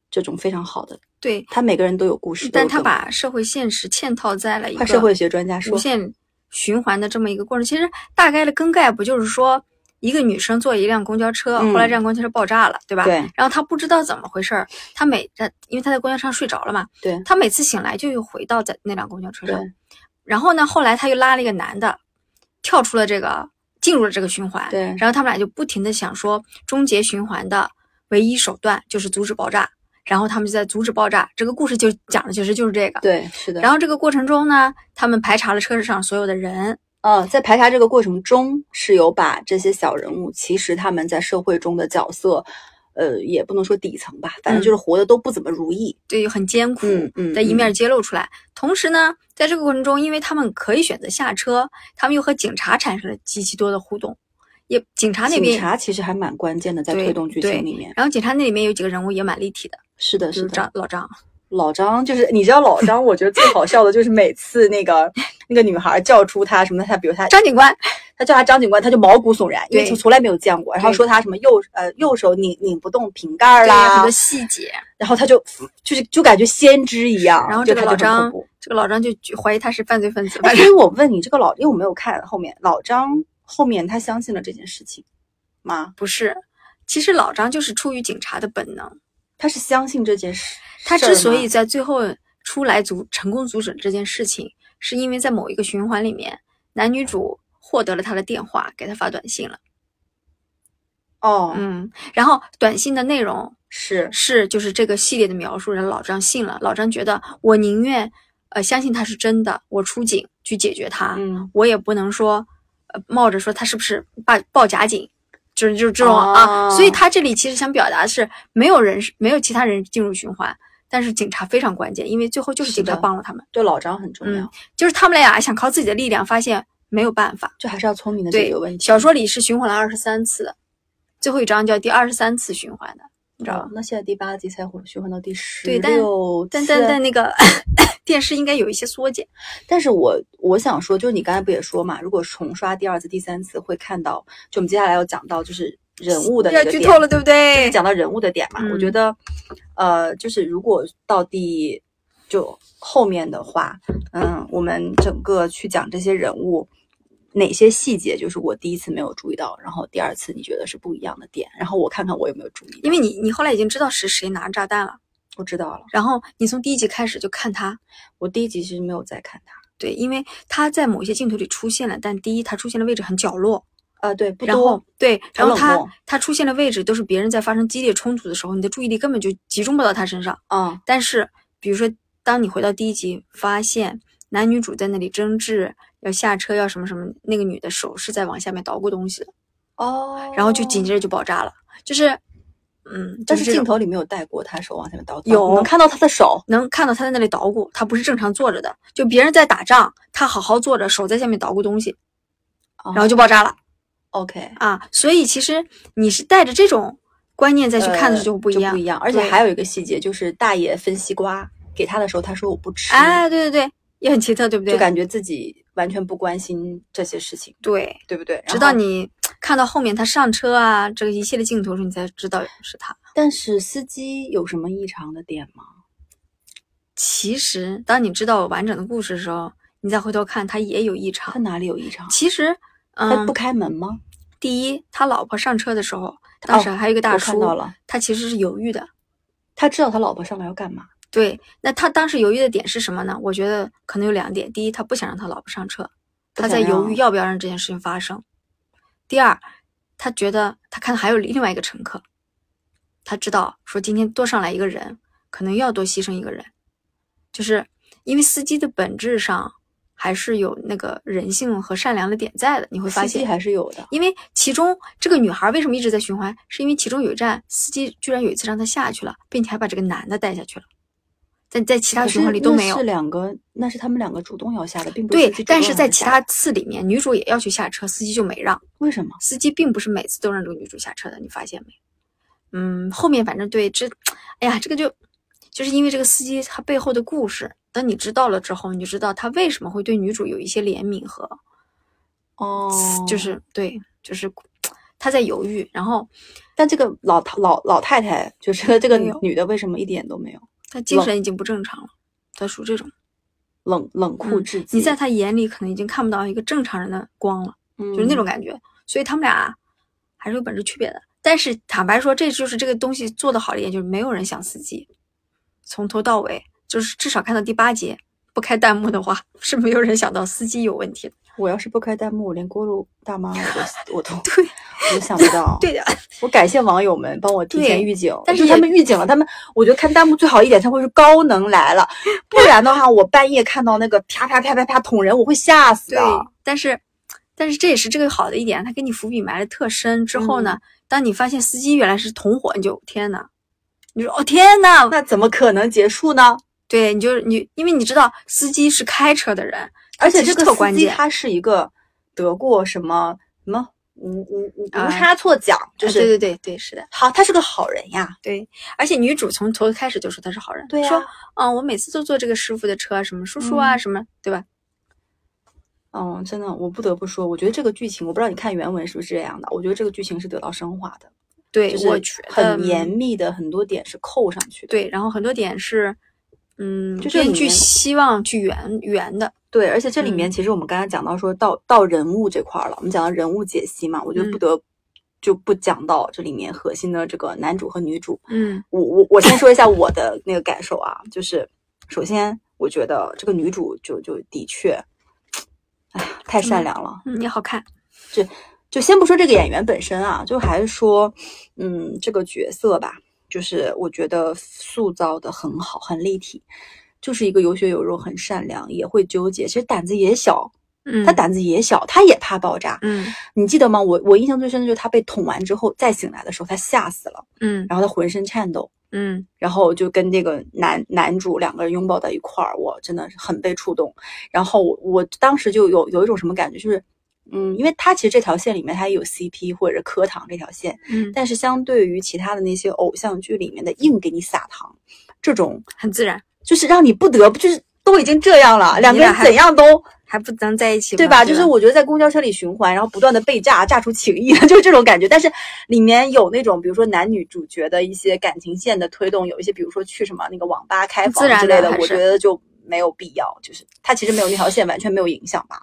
[SPEAKER 3] 这种非常好的，
[SPEAKER 2] 对，
[SPEAKER 3] 他每个人都有故事，
[SPEAKER 2] 但
[SPEAKER 3] 都
[SPEAKER 2] 他
[SPEAKER 3] 有梗
[SPEAKER 2] 把社会现实嵌套在了一
[SPEAKER 3] 快
[SPEAKER 2] 个
[SPEAKER 3] 社会学专家
[SPEAKER 2] 无
[SPEAKER 3] 说，
[SPEAKER 2] 限循环的这么一个过程。其实大概的更概不就是说，一个女生坐一辆公交车，
[SPEAKER 3] 嗯
[SPEAKER 2] 后来这辆公交车爆炸了，对吧？
[SPEAKER 3] 对
[SPEAKER 2] 然后她不知道怎么回事儿，她每她因为她在公交车上睡着了嘛，
[SPEAKER 3] 对
[SPEAKER 2] 她每次醒来就又回到在那辆公交车
[SPEAKER 3] 对
[SPEAKER 2] 上。然后呢，后来她又拉了一个男的，跳出了这个，进入了这个循环。
[SPEAKER 3] 对
[SPEAKER 2] 然后他们俩就不停的想说，终结循环的唯一手段就是阻止爆炸。然后他们就在阻止爆炸，这个故事就讲的其实就是这个。
[SPEAKER 3] 对，是的。
[SPEAKER 2] 然
[SPEAKER 3] 后
[SPEAKER 2] 后这个过程中呢，他们排查了车上所有的人，
[SPEAKER 3] 呃，在排查这个过程中，是有把这些小人物，其实他们在社会中的角色。呃，也不能说底层吧，
[SPEAKER 2] 嗯
[SPEAKER 3] 反正就是活的都不怎么如意。
[SPEAKER 2] 对，很艰苦
[SPEAKER 3] 嗯嗯
[SPEAKER 2] 的一
[SPEAKER 3] 嗯
[SPEAKER 2] 面揭露出来。同时呢，在这个过程中，因为他们可以选择下车，他们又和警察产生了极其多的互动，也警察啊那
[SPEAKER 3] 警
[SPEAKER 2] 边，
[SPEAKER 3] 察其实还蛮关键的，在
[SPEAKER 2] 对
[SPEAKER 3] 推动剧
[SPEAKER 2] 对
[SPEAKER 3] 情里面。
[SPEAKER 2] 然后警察那里面有几个人物也蛮立体的，
[SPEAKER 3] 是的，
[SPEAKER 2] 就是是
[SPEAKER 3] 的。
[SPEAKER 2] 张老张，
[SPEAKER 3] 老张就是，你知道老张，我觉得最好笑的就是每次 那个那个女孩叫出他什么，他比如他
[SPEAKER 2] 张警官，
[SPEAKER 3] 他叫他张警官，他就毛骨悚然，因为
[SPEAKER 2] 对
[SPEAKER 3] 从从来没有见过。然后
[SPEAKER 2] 对
[SPEAKER 3] 说他什么右呃右手拧拧不动瓶盖
[SPEAKER 2] 对，有很
[SPEAKER 3] 啦啊
[SPEAKER 2] 多，细节。
[SPEAKER 3] 然后他就就是就感觉先知一样。
[SPEAKER 2] 然后
[SPEAKER 3] 就
[SPEAKER 2] 这个
[SPEAKER 3] 他
[SPEAKER 2] 老
[SPEAKER 3] 就很恐
[SPEAKER 2] 张
[SPEAKER 3] 怖。，
[SPEAKER 2] 这个老张就觉怀疑他是犯罪分 子，
[SPEAKER 3] 哎，
[SPEAKER 2] 反
[SPEAKER 3] 所
[SPEAKER 2] 正
[SPEAKER 3] 以我问你，这个老，因为我没有看后面，老张后面他相信了这件事情吗？
[SPEAKER 2] 不是。其实老张就是出于警察的本能，
[SPEAKER 3] 他是相信这件事，
[SPEAKER 2] 他
[SPEAKER 3] 事儿
[SPEAKER 2] 之所
[SPEAKER 3] 吗
[SPEAKER 2] 以在最后出来阻成功阻止这件事情，是因为在某一个循环里面，男女主获得了他的电话，给他发短信了。
[SPEAKER 3] 哦，
[SPEAKER 2] 嗯，然后短信的内容
[SPEAKER 3] 是
[SPEAKER 2] 是就是这个系列的描述，然后老张信了。老张觉得我宁愿呃相信他是真的，我出警去解决他，
[SPEAKER 3] 嗯，
[SPEAKER 2] 我也不能说呃冒着说他是不是报报假警。就是就是这种、
[SPEAKER 3] 哦
[SPEAKER 2] 啊，所以他这里其实想表达的是，没有人是没有其他人进入循环，但是警察非常关键，因为最后就是
[SPEAKER 3] 是
[SPEAKER 2] 警察
[SPEAKER 3] 的
[SPEAKER 2] 帮了他们。
[SPEAKER 3] 对老张很重要。
[SPEAKER 2] 嗯就是他们俩想靠自己的力量，发现没有办法。
[SPEAKER 3] 就还是要聪明的解
[SPEAKER 2] 对
[SPEAKER 3] 决问，题。
[SPEAKER 2] 小说里是循环了二十三次，最后一章叫第二十三次循环的，你知道
[SPEAKER 3] 哦
[SPEAKER 2] 吧？，
[SPEAKER 3] 那现在第八集才回循环到第十
[SPEAKER 2] 对但
[SPEAKER 3] 六
[SPEAKER 2] 但但但那个 电视应该有一些缩减，
[SPEAKER 3] 但是我我想说，就是你刚才不也说嘛，如果重刷第二次、第三次，会看到，就我们接下来要讲到就是人物的
[SPEAKER 2] 要
[SPEAKER 3] 那个
[SPEAKER 2] 剧
[SPEAKER 3] 点，
[SPEAKER 2] 透了，对不对？
[SPEAKER 3] 讲到人物的点嘛，
[SPEAKER 2] 嗯
[SPEAKER 3] 我觉得，呃，就是如果到第就后面的话，嗯，我们整个去讲这些人物。哪些细节就是我第一次没有注意到，然后第二次你觉得是不一样的点，然后我看看我有没有注意到。
[SPEAKER 2] 因为你你后来已经知道是谁拿炸弹了，
[SPEAKER 3] 我知道了，
[SPEAKER 2] 然后你从第一集开始就看他，
[SPEAKER 3] 我第一集其实没有再看它，
[SPEAKER 2] 对，因为他在某一些镜头里出现了，但第一他出现的位置很角落，
[SPEAKER 3] 啊，对，不
[SPEAKER 2] 然
[SPEAKER 3] 多
[SPEAKER 2] 后对，然后
[SPEAKER 3] 冷
[SPEAKER 2] 他
[SPEAKER 3] 漠
[SPEAKER 2] 他出现的位置都是别人在发生激烈冲突的时候，你的注意力根本就集中不到他身上。
[SPEAKER 3] 啊，
[SPEAKER 2] 但是，比如说，当你回到第一集，发现男女主在那里争执，要下车，要什么什么，那个女的手是在往下面捣鼓东西的，
[SPEAKER 3] 哦，
[SPEAKER 2] 然后就紧接着就爆炸了，就是，嗯，
[SPEAKER 3] 但
[SPEAKER 2] 就是这
[SPEAKER 3] 镜
[SPEAKER 2] 种
[SPEAKER 3] 头里没有带过他手往下面倒，
[SPEAKER 2] 有
[SPEAKER 3] 能看到他的手，
[SPEAKER 2] 能看到她在那里捣鼓，她不是正常坐着的，就别人在打仗，她好好坐着，手在下面捣鼓东西，
[SPEAKER 3] 然
[SPEAKER 2] 然后就爆炸了
[SPEAKER 3] OK，
[SPEAKER 2] 啊！所以其实你是带着这种观念再去看的时候就
[SPEAKER 3] 呃
[SPEAKER 2] 不一样，
[SPEAKER 3] 不一样。而且
[SPEAKER 2] 对
[SPEAKER 3] 还有一个细节就是大爷分西瓜给他的时候，他说我不吃，
[SPEAKER 2] 哎，对对对，也很奇特，对不对？
[SPEAKER 3] 就感觉自己完全不关心这些事情，
[SPEAKER 2] 对，
[SPEAKER 3] 对不对？然
[SPEAKER 2] 直到
[SPEAKER 3] 后，
[SPEAKER 2] 你看到后面他上车啊，这个一系列镜头的时候，你才知道是他。
[SPEAKER 3] 但是司机有什么异常的点吗？
[SPEAKER 2] 其实当你知道完整的故事的时候，你再回头看，他也有异常
[SPEAKER 3] 他。哪里有异常？
[SPEAKER 2] 其实，
[SPEAKER 3] 他
[SPEAKER 2] 嗯，
[SPEAKER 3] 不开门吗？哦
[SPEAKER 2] 第一，他老婆上车的时候，当时还有一个大
[SPEAKER 3] 我
[SPEAKER 2] 叔，
[SPEAKER 3] 看到了，
[SPEAKER 2] 他其实是犹豫的。
[SPEAKER 3] 他知道他老婆上来要干嘛？
[SPEAKER 2] 对，那他当时犹豫的点是什么呢？我觉得可能有两点：第一，他不想让他老婆上车，
[SPEAKER 3] 不
[SPEAKER 2] 他在
[SPEAKER 3] 想
[SPEAKER 2] 犹
[SPEAKER 3] 让
[SPEAKER 2] 豫要不要让这件事情发生；第二，他觉得他看到还有另外一个乘客，他知道说今天多上来一个人，可能又要多牺牲一个人，就是因为司机的本质上还是有那个人性和善良的点在的，你会发
[SPEAKER 3] 司机
[SPEAKER 2] 现。
[SPEAKER 3] 还是有的。
[SPEAKER 2] 因为其中这个女孩为什么一直在循环，是因为其中有一站司机居然有一次让她下去了，并且还把这个男的带下去了，但在其他
[SPEAKER 3] 可
[SPEAKER 2] 循环
[SPEAKER 3] 是
[SPEAKER 2] 里都
[SPEAKER 3] 那
[SPEAKER 2] 没有
[SPEAKER 3] 是。两个，那是他们两个主动要下的，并不是
[SPEAKER 2] 对
[SPEAKER 3] 司机，主
[SPEAKER 2] 但
[SPEAKER 3] 动
[SPEAKER 2] 是
[SPEAKER 3] 让
[SPEAKER 2] 在
[SPEAKER 3] 他
[SPEAKER 2] 其
[SPEAKER 3] 下
[SPEAKER 2] 他次里面，女主也要去下车，司机就没让。
[SPEAKER 3] 为什么？
[SPEAKER 2] 司机并不是每次都让这个女主下车的，你发现没？嗯，后面反正对这，哎呀，这个就就是因为这个司机他背后的故事，等你知道了之后，你就知道他为什么会对女主有一些怜悯和
[SPEAKER 3] 哦，
[SPEAKER 2] 就是对，就是他在犹豫，然后
[SPEAKER 3] 但这个老头老老太太，就是 这个
[SPEAKER 2] 没有
[SPEAKER 3] 女的，为什么一点都没有
[SPEAKER 2] 他精
[SPEAKER 3] 冷
[SPEAKER 2] 神已经不正常了，他属这种。
[SPEAKER 3] 冷冷酷
[SPEAKER 2] 嗯
[SPEAKER 3] 至极？
[SPEAKER 2] 你在他眼里可能已经看不到一个正常人的光了，
[SPEAKER 3] 就
[SPEAKER 2] 就是那种感觉。所以他们俩还是有本质区别的。但是坦白说，这就是这个东西做的好的一点，就是没有人想司机，从头到尾，就是至少看到第八节不开弹幕的话，是没有人想到司机有问题的。
[SPEAKER 3] 我要是不开弹幕，我连锅炉大妈我都我都
[SPEAKER 2] 对
[SPEAKER 3] 我都想不到。
[SPEAKER 2] 对的，
[SPEAKER 3] 我感谢网友们帮我提前
[SPEAKER 2] 对
[SPEAKER 3] 预警，
[SPEAKER 2] 但
[SPEAKER 3] 就是他
[SPEAKER 2] 也
[SPEAKER 3] 们预警了，他们我觉得看弹幕最好一点，他会说高能来了，不然的话，我半夜看到那个啪啪啪啪啪捅人，我会吓死
[SPEAKER 2] 对
[SPEAKER 3] 的。，
[SPEAKER 2] 但是但是这也是这个好的一点，他给你伏笔埋的特深。之后呢，当你发现司机原来是同伙，你就天呐，你就说哦天呐，
[SPEAKER 3] 那怎么可能结束呢？
[SPEAKER 2] 对，你就是你，因为你知道司机是开车的人，
[SPEAKER 3] 而且
[SPEAKER 2] 其
[SPEAKER 3] 这
[SPEAKER 2] 实
[SPEAKER 3] 个
[SPEAKER 2] 特
[SPEAKER 3] 司
[SPEAKER 2] 关
[SPEAKER 3] 机
[SPEAKER 2] 键。
[SPEAKER 3] 他是一个得过什么什么无无无无
[SPEAKER 2] 啊
[SPEAKER 3] 差错奖，就
[SPEAKER 2] 啊
[SPEAKER 3] 是、
[SPEAKER 2] 对对对对，是的，
[SPEAKER 3] 好，他是个好人呀。
[SPEAKER 2] 对。而且女主从头开始就说她是好人，
[SPEAKER 3] 对呀
[SPEAKER 2] 说嗯，我每次都坐这个师傅的车，什么叔叔啊，
[SPEAKER 3] 嗯
[SPEAKER 2] 什么，对吧？
[SPEAKER 3] 嗯，真的，我不得不说，我觉得这个剧情，我不知道你看原文是不是这样的，我觉得这个剧情是得到升华的，
[SPEAKER 2] 对，
[SPEAKER 3] 就是
[SPEAKER 2] 我觉得
[SPEAKER 3] 很
[SPEAKER 2] 嗯
[SPEAKER 3] 严密的，很多点是扣上去的。
[SPEAKER 2] 对，然后很多点是，嗯，
[SPEAKER 3] 就这
[SPEAKER 2] 编
[SPEAKER 3] 里
[SPEAKER 2] 剧
[SPEAKER 3] 面
[SPEAKER 2] 希望去圆圆的，
[SPEAKER 3] 对，而且这里面
[SPEAKER 2] 嗯
[SPEAKER 3] 其实我们刚才讲到说到到人物这块儿了，我们讲到人物解析嘛，我就不
[SPEAKER 2] 嗯
[SPEAKER 3] 得、就不讲到这里面核心的这个男主和女主。
[SPEAKER 2] 嗯
[SPEAKER 3] 我我我先说一下我的那个感受啊，就是首先我觉得这个女主就就的确，哎呀，太善
[SPEAKER 2] 嗯
[SPEAKER 3] 良了。
[SPEAKER 2] 嗯，也好看，
[SPEAKER 3] 就先不说这个演员本身啊，就还是说，嗯，这个角色吧，就是我觉得塑造的很好，很立体，就是一个有血有肉、很善良，也会纠结，其实胆子也小，
[SPEAKER 2] 嗯，
[SPEAKER 3] 他，胆子也小，他也怕爆炸。
[SPEAKER 2] 嗯
[SPEAKER 3] 你记得吗？我我印象最深的就是他被捅完之后再醒来的时候，他吓死了，
[SPEAKER 2] 嗯
[SPEAKER 3] 然后他浑身颤抖，
[SPEAKER 2] 嗯
[SPEAKER 3] 然后就跟这个男男主两个人拥抱在一块儿，我真的是很被触动。然后我我当时就有有一种什么感觉，就是，嗯，因为他其实这条线里面他也有 CP 或者磕糖这条线，
[SPEAKER 2] 嗯，
[SPEAKER 3] 但是相对于其他的那些偶像剧里面的硬给你撒糖，这种
[SPEAKER 2] 很自然，
[SPEAKER 3] 就是让你不得不就是都已经这样了，两个人
[SPEAKER 2] 俩还
[SPEAKER 3] 怎样都
[SPEAKER 2] 还不能在一起吗，
[SPEAKER 3] 对吧？就是我觉得在公交车里循环，然后不断的被炸，炸出情谊， 就是这种感觉。但是里面有那种，比如说男女主角的一些感情线的推动，有一些比如说去什么那个网吧开房
[SPEAKER 2] 自然
[SPEAKER 3] 之类
[SPEAKER 2] 的
[SPEAKER 3] 的，
[SPEAKER 2] 还
[SPEAKER 3] 我
[SPEAKER 2] 是
[SPEAKER 3] 觉得就没有必要。就是它其实没有那条线完全没有影响吧。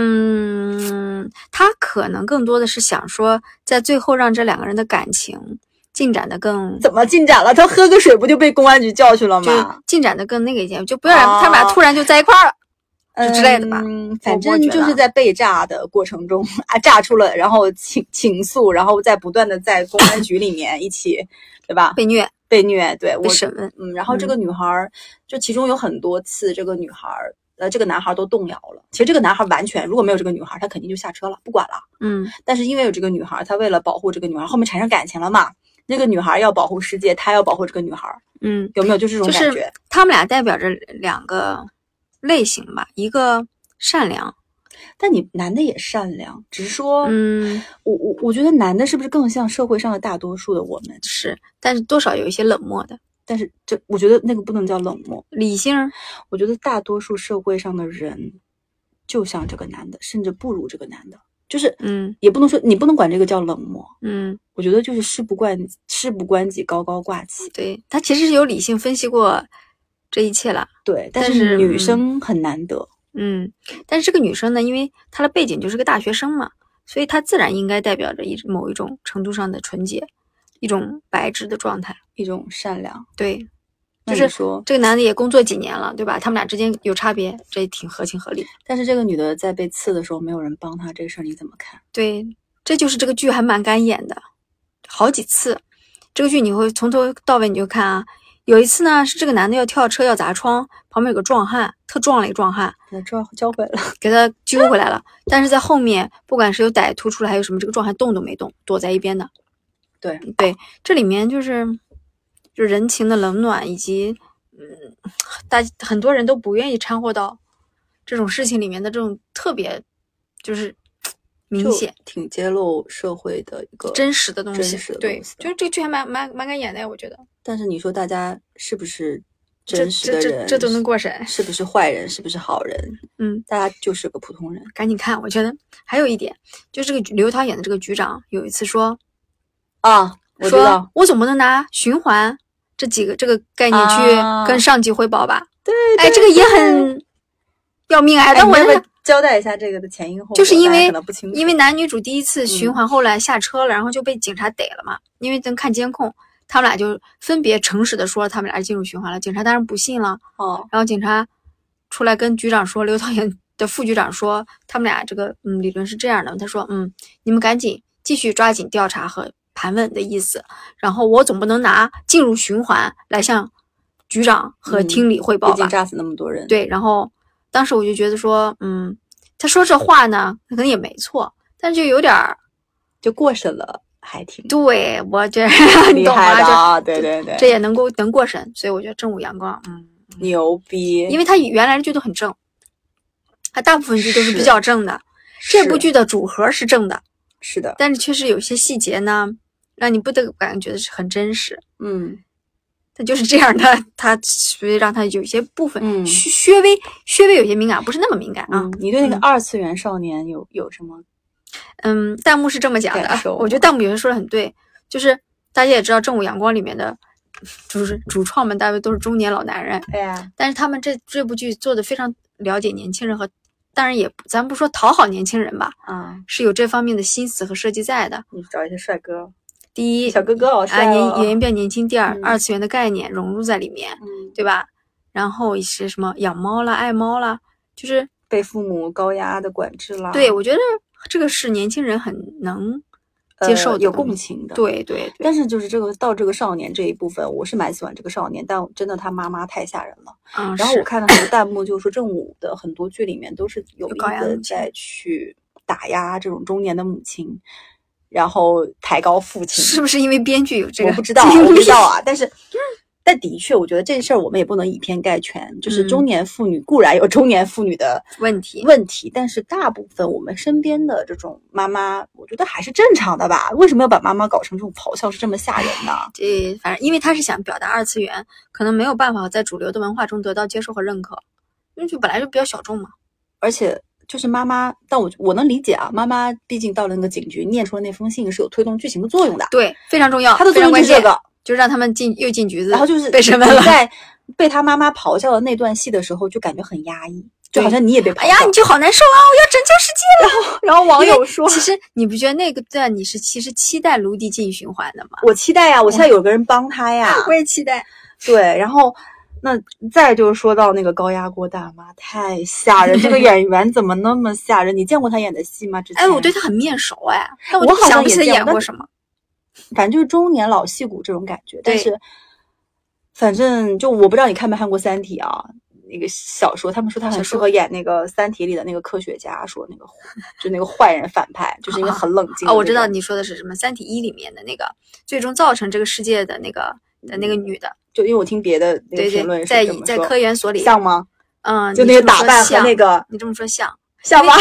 [SPEAKER 2] 嗯，他可能更多的是想说，在最后让这两个人的感情进展的更，
[SPEAKER 3] 怎么进展了？他喝个水不就被公安局叫去了
[SPEAKER 2] 就
[SPEAKER 3] 吗？
[SPEAKER 2] 进展的更那个一些，就不要让他们俩突然就在一块儿了。就之类的吧
[SPEAKER 3] 哦嗯，
[SPEAKER 2] 我
[SPEAKER 3] 反
[SPEAKER 2] 我
[SPEAKER 3] 正
[SPEAKER 2] 觉
[SPEAKER 3] 就
[SPEAKER 2] 得
[SPEAKER 3] 是在被炸的过程中啊，炸出了，然后情情愫，然后再不断的在公安局里面一起，对吧？
[SPEAKER 2] 被虐，
[SPEAKER 3] 被虐，对我
[SPEAKER 2] 被审问。
[SPEAKER 3] 嗯，然后这
[SPEAKER 2] 嗯
[SPEAKER 3] 个女孩儿，就其中有很多次，这个女孩儿，呃，这个男孩儿都动摇了。其实这个男孩儿完全如果没有这个女孩儿，他肯定就下车了，不管了。
[SPEAKER 2] 嗯
[SPEAKER 3] 但是因为有这个女孩儿，他为了保护这个女孩儿，后面产生感情了嘛。那个女孩儿要保护世界，他要保护这个女孩儿，
[SPEAKER 2] 嗯，
[SPEAKER 3] 有没有？就这种
[SPEAKER 2] 就
[SPEAKER 3] 感觉
[SPEAKER 2] 是。他们俩代表着两个类型吧，一个善良，
[SPEAKER 3] 但你男的也善良，只是说，
[SPEAKER 2] 嗯，
[SPEAKER 3] 我我我觉得男的是不是更像社会上的大多数的我们？
[SPEAKER 2] 是，但是多少有一些冷漠的
[SPEAKER 3] 但是这我觉得那个不能叫冷漠，
[SPEAKER 2] 理性儿。
[SPEAKER 3] 我觉得大多数社会上的人，就像这个男的，甚至不如这个男的，就是
[SPEAKER 2] 嗯
[SPEAKER 3] 也不能说你不能管这个叫冷漠，
[SPEAKER 2] 嗯，
[SPEAKER 3] 我觉得就是事不关事不关己高高挂起。
[SPEAKER 2] 对他其实是有理性分析过这一切了。
[SPEAKER 3] 对，但
[SPEAKER 2] 但
[SPEAKER 3] 是
[SPEAKER 2] 是
[SPEAKER 3] 女
[SPEAKER 2] 嗯
[SPEAKER 3] 生很难得，
[SPEAKER 2] 嗯，但是这个女生呢，因为她的背景就是个大学生嘛，所以她自然应该代表着一某一种程度上的纯洁，一种白质的状态。
[SPEAKER 3] 一种善良。
[SPEAKER 2] 对，
[SPEAKER 3] 那
[SPEAKER 2] 就是
[SPEAKER 3] 你说，
[SPEAKER 2] 这个男的也工作几年了，对吧？他们俩之间有差别，这也挺合情合理。
[SPEAKER 3] 但是这个女的在被刺的时候，没有人帮她，这事儿你怎么看？
[SPEAKER 2] 对，这就是这个剧还蛮敢演的，好几次。这个剧你会从头到尾你就看啊。有一次呢，是这个男的要跳车要砸窗，旁边有个壮汉，特撞了一个壮汉，
[SPEAKER 3] 把她教教回来了，
[SPEAKER 2] 给他揪回来了。但是在后面，不管是有歹徒出来，还有什么，这个壮汉动都没动，躲在一边的。嗯
[SPEAKER 3] 对
[SPEAKER 2] 对，这里面就是就人情的冷暖，以及嗯，大很多人都不愿意掺和到这种事情里面的这种特别，就是明
[SPEAKER 3] 就
[SPEAKER 2] 显。
[SPEAKER 3] 挺揭露社会的一个
[SPEAKER 2] 真实的东西，
[SPEAKER 3] 真实的
[SPEAKER 2] 对
[SPEAKER 3] 东西，的
[SPEAKER 2] 就是这个剧还蛮蛮蛮敢演的，我觉得
[SPEAKER 3] 但是你说大家是不是
[SPEAKER 2] 这
[SPEAKER 3] 真实的
[SPEAKER 2] 这
[SPEAKER 3] 人？
[SPEAKER 2] 这这都能过审，
[SPEAKER 3] 是不是坏人？是不是好人？
[SPEAKER 2] 嗯，
[SPEAKER 3] 大家就是个普通人。
[SPEAKER 2] 赶紧看。我觉得还有一点，就这个局刘涛演的这个局长有一次说，
[SPEAKER 3] 啊，我知
[SPEAKER 2] 说
[SPEAKER 3] 道，
[SPEAKER 2] 我总不能拿循环这几个这个概念
[SPEAKER 3] 啊
[SPEAKER 2] 去跟上级汇报吧？
[SPEAKER 3] 对
[SPEAKER 2] 哎，这个也很要命哎！但我在
[SPEAKER 3] 要不要
[SPEAKER 2] 想
[SPEAKER 3] 交代一下这个的前因后果，
[SPEAKER 2] 就是因
[SPEAKER 3] 大家
[SPEAKER 2] 为
[SPEAKER 3] 可能不清楚，
[SPEAKER 2] 因为男女主第一次循
[SPEAKER 3] 嗯
[SPEAKER 2] 环，后来下车了，然后就被警察逮了嘛。因为能看监控，他们俩就分别诚实的说了他们俩进入循环了。警察当然不信了，
[SPEAKER 3] 哦，
[SPEAKER 2] 然后警察出来跟局长说，刘涛演的副局长说，他们俩这个嗯理论是这样的，他说嗯，你们赶紧继续抓紧调查和盘问的意思，然后我总不能拿进入循环来向局长和
[SPEAKER 3] 嗯
[SPEAKER 2] 厅里汇
[SPEAKER 3] 毕
[SPEAKER 2] 报吧
[SPEAKER 3] 竟？炸死那么多人，，
[SPEAKER 2] 对，然后当时我就觉得说，嗯，他说这话呢，可能也没错，但是就有点儿
[SPEAKER 3] 就过审了，还挺
[SPEAKER 2] 对我这 你
[SPEAKER 3] 厉
[SPEAKER 2] 懂
[SPEAKER 3] 害
[SPEAKER 2] 吗？
[SPEAKER 3] 的
[SPEAKER 2] 这
[SPEAKER 3] 啊，对对对，
[SPEAKER 2] 这也能够能过审，所以我觉得正午阳光，嗯。
[SPEAKER 3] 牛逼，
[SPEAKER 2] 因为他原来的剧都很正，他大部分剧都是
[SPEAKER 3] 是
[SPEAKER 2] 比较正的。
[SPEAKER 3] 是
[SPEAKER 2] 这部剧的主核是正的，
[SPEAKER 3] 是的，
[SPEAKER 2] 但是确实有些细节呢，让你不得不感觉得是很真实。
[SPEAKER 3] 嗯，
[SPEAKER 2] 他就是这样的，他所以让他有些部分，
[SPEAKER 3] 嗯
[SPEAKER 2] 稍稍微稍微有些敏感，不是那么敏感啊
[SPEAKER 3] 嗯。，你对那个
[SPEAKER 2] 嗯
[SPEAKER 3] 二次元少年有有什么？
[SPEAKER 2] 嗯弹幕是这么讲的
[SPEAKER 3] 感，受啊
[SPEAKER 2] 我觉得弹幕有人说的很对，就是大家也知道《正午阳光》里面的主主创们大约都是中年老男人，
[SPEAKER 3] 哎呀，
[SPEAKER 2] 但是他们这这部剧做的非常了解年轻人和，当然也不咱不说讨好年轻人吧，
[SPEAKER 3] 啊，
[SPEAKER 2] 是有这方面的心思和设计在的。
[SPEAKER 3] 你找一些帅哥，
[SPEAKER 2] 第一，
[SPEAKER 3] 小哥哥好
[SPEAKER 2] 啊
[SPEAKER 3] 帅哦
[SPEAKER 2] 演演员变年轻；第二，
[SPEAKER 3] 嗯
[SPEAKER 2] 二次元的概念融入在里面，
[SPEAKER 3] 嗯，
[SPEAKER 2] 对吧？然后是什么养猫啦、爱猫啦，就是
[SPEAKER 3] 被父母高压的管制啦，
[SPEAKER 2] 对我觉得这个是年轻人很能
[SPEAKER 3] 呃
[SPEAKER 2] 接受的、
[SPEAKER 3] 有共。情的，。
[SPEAKER 2] 对对对，
[SPEAKER 3] 但是就是这个到这个少年这一部分，我是蛮喜欢这个少年，但真的他妈妈太吓人了。
[SPEAKER 2] 嗯，
[SPEAKER 3] 然后
[SPEAKER 2] 是
[SPEAKER 3] 我看到很多弹幕就说，正午的很多剧里面都是有
[SPEAKER 2] 有
[SPEAKER 3] 意
[SPEAKER 2] 高压
[SPEAKER 3] 的
[SPEAKER 2] 母亲
[SPEAKER 3] 在去打压这种中年的母亲，然后抬高父亲。
[SPEAKER 2] 是不是因为编剧有这个
[SPEAKER 3] 我不知道啊，我不知道啊。但是，但的确，我觉得这事儿我们也不能以偏概全。就是
[SPEAKER 2] 嗯
[SPEAKER 3] 中年妇女固然有中年妇女的
[SPEAKER 2] 问题？
[SPEAKER 3] 问题，但是大部分我们身边的这种妈妈，我觉得还是正常的吧。为什么要把妈妈搞成这种咆哮是这么吓人呢？
[SPEAKER 2] 这反正因为他是想表达二次元，可能没有办法在主流的文化中得到接受和认可，因为就本来就比较小众嘛。
[SPEAKER 3] 而且就是妈妈，但我我能理解啊，妈妈毕竟到了那个警局，念出了那封信是有推动剧情的作用的，
[SPEAKER 2] 对，非常重要，
[SPEAKER 3] 她的
[SPEAKER 2] 哦非
[SPEAKER 3] 作
[SPEAKER 2] 常关
[SPEAKER 3] 用就是这
[SPEAKER 2] 键，
[SPEAKER 3] 个，
[SPEAKER 2] 就让他们进又进局子，
[SPEAKER 3] 然后就是
[SPEAKER 2] 被审问
[SPEAKER 3] 你
[SPEAKER 2] 了。
[SPEAKER 3] 在被他妈妈咆哮的那段戏的时候，就感觉很压抑，就好像你也被咆
[SPEAKER 2] 哎
[SPEAKER 3] 哮。
[SPEAKER 2] 呀，你就好难受啊！我要拯救世界
[SPEAKER 3] 然后网
[SPEAKER 2] 因为
[SPEAKER 3] 友说。
[SPEAKER 2] 其实你不觉得那个段你是其实期待卢迪进循环的吗？
[SPEAKER 3] 我期待呀、我期待有个人帮他 呀。
[SPEAKER 2] 我也期待。
[SPEAKER 3] 对，然后那再就是说到那个高压锅大妈，太吓 人！这个演员怎么那么吓人？你见过他演的戏吗？之前
[SPEAKER 2] 哎，我对他很面熟哎，但
[SPEAKER 3] 我
[SPEAKER 2] 就
[SPEAKER 3] 好像
[SPEAKER 2] 想不起来
[SPEAKER 3] 也见
[SPEAKER 2] 演
[SPEAKER 3] 过
[SPEAKER 2] 过
[SPEAKER 3] 但
[SPEAKER 2] 什么。
[SPEAKER 3] 反正就是中年老戏骨这种感觉。但
[SPEAKER 2] 对
[SPEAKER 3] 是，反正就我不知道你看没看过《三体》啊？那个小说，他们说他很
[SPEAKER 2] 小
[SPEAKER 3] 适
[SPEAKER 2] 说
[SPEAKER 3] 合演那个《三体》里的那个科学家，说那个就那个坏人反派，就是因为很冷静的那种。
[SPEAKER 2] 哦，我知道你说的是什么，《三体一》里面的那个最终造成这个世界的那个的那个女的，
[SPEAKER 3] 就因为我听别的那个
[SPEAKER 2] 对
[SPEAKER 3] 评论
[SPEAKER 2] 对，
[SPEAKER 3] 是
[SPEAKER 2] 在
[SPEAKER 3] 这么
[SPEAKER 2] 在
[SPEAKER 3] 说
[SPEAKER 2] 科研所里，
[SPEAKER 3] 像吗？
[SPEAKER 2] 嗯，
[SPEAKER 3] 就
[SPEAKER 2] 你
[SPEAKER 3] 那个
[SPEAKER 2] 这么
[SPEAKER 3] 打
[SPEAKER 2] 说
[SPEAKER 3] 扮和
[SPEAKER 2] 像
[SPEAKER 3] 那个
[SPEAKER 2] 你这么说像，
[SPEAKER 3] 像 吗？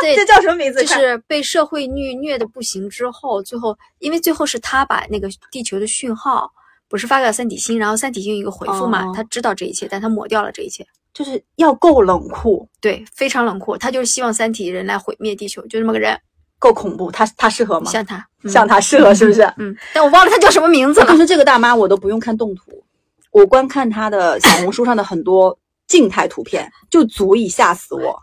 [SPEAKER 2] 对，
[SPEAKER 3] 这叫什么名字？
[SPEAKER 2] 就是被社会虐虐的不行之后，最后因为最后是他把那个地球的讯号不是发给了三体星，然后三体星有一个回复嘛，
[SPEAKER 3] 哦
[SPEAKER 2] 他知道这一切，但他抹掉了这一切。
[SPEAKER 3] 就是要够冷酷，
[SPEAKER 2] 对，非常冷酷，他就是希望三体人来毁灭地球，就这么个人，
[SPEAKER 3] 够恐怖。他他适合吗？
[SPEAKER 2] 像他，嗯
[SPEAKER 3] 像他适合是不是？
[SPEAKER 2] 嗯，但我忘了他叫什么名字
[SPEAKER 3] 就
[SPEAKER 2] 了。
[SPEAKER 3] 是这个大妈，我都不用看动图，我观看他的小红书上的很多静态图片，就足以吓死我，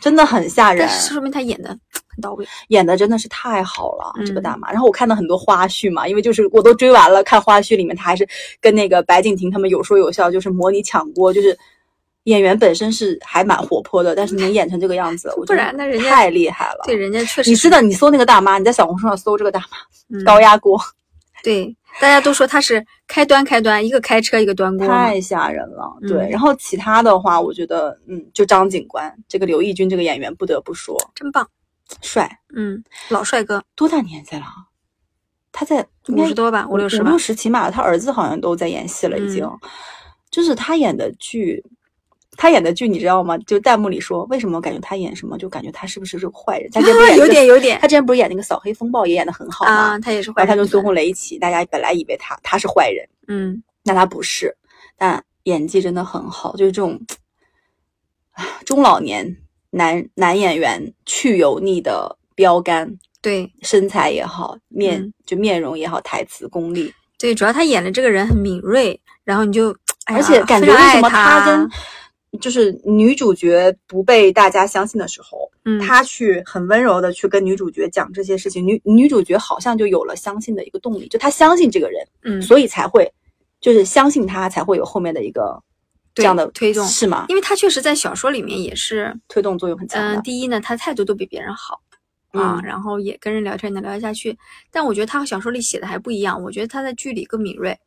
[SPEAKER 3] 真的很吓人
[SPEAKER 2] 但。是说明他演的很到位。
[SPEAKER 3] 演的真的是太好了，这个
[SPEAKER 2] 嗯
[SPEAKER 3] 大妈。然后我看到很多花絮嘛，因为就是我都追完了，看花絮里面她还是跟那个白敬亭他们有说有笑，就是模拟抢锅，就是演员本身是还蛮活泼的，但是能演成这个样子，我觉
[SPEAKER 2] 不然
[SPEAKER 3] 得
[SPEAKER 2] 那人家
[SPEAKER 3] 太厉害了。
[SPEAKER 2] 对，人家确实
[SPEAKER 3] 你
[SPEAKER 2] 是
[SPEAKER 3] 是的，你搜那个大妈，你在小红书上搜这个大妈、
[SPEAKER 2] 嗯
[SPEAKER 3] 高压锅，
[SPEAKER 2] 对，大家都说他是开端开端，一个开车一个端锅嘛。
[SPEAKER 3] 太吓人了。
[SPEAKER 2] 嗯
[SPEAKER 3] 对，然后其他的话，我觉得，嗯，就张警官这个刘奕君这个演员，不得不说
[SPEAKER 2] 真棒。
[SPEAKER 3] 帅，
[SPEAKER 2] 嗯，老帅哥，
[SPEAKER 3] 多大年纪了？他在应该
[SPEAKER 2] 50多吧50
[SPEAKER 3] 五
[SPEAKER 2] 吧
[SPEAKER 3] 五六十起码，他儿子好像都在演戏了，已经。
[SPEAKER 2] 嗯
[SPEAKER 3] 就是他演的剧，他演的剧你知道吗？就弹幕里说，为什么感觉他演什么，就感觉他是不是是个坏人？他 之前不 是演
[SPEAKER 2] 有
[SPEAKER 3] 那个
[SPEAKER 2] 点有点
[SPEAKER 3] 他之前不是演那个《扫黑风暴》也演的很好吗？
[SPEAKER 2] 啊，他也是坏
[SPEAKER 3] 然后
[SPEAKER 2] 人。
[SPEAKER 3] 他跟孙红雷一起，大家本来以为他他是坏人。
[SPEAKER 2] 嗯，
[SPEAKER 3] 那他不是，但演技真的很好，就是这种唉中老年男男演员去油腻的标杆，
[SPEAKER 2] 对
[SPEAKER 3] 身材也好，面、
[SPEAKER 2] 嗯
[SPEAKER 3] 就面容也好，台词功力，
[SPEAKER 2] 对，主要他演的这个人很敏锐，然后你就哎呀
[SPEAKER 3] 而且感觉为什么
[SPEAKER 2] 非常爱
[SPEAKER 3] 他跟就是女主角不被大家相信的时候，
[SPEAKER 2] 嗯
[SPEAKER 3] 他去很温柔的去跟女主角讲这些事情，女女主角好像就有了相信的一个动力，就她相信这个人，
[SPEAKER 2] 嗯，
[SPEAKER 3] 所以才会就是相信他，才会有后面的一个。这
[SPEAKER 2] 对
[SPEAKER 3] 样的
[SPEAKER 2] 推动
[SPEAKER 3] 是吗？
[SPEAKER 2] 因为他确实在小说里面也是，
[SPEAKER 3] 推动作用很强
[SPEAKER 2] 嗯、
[SPEAKER 3] 的。
[SPEAKER 2] 第一呢，他态度都比别人好。啊
[SPEAKER 3] 嗯，
[SPEAKER 2] 然后也跟人聊天能聊得下去，但我觉得他和小说里写的还不一样。我觉得他在剧里更敏锐，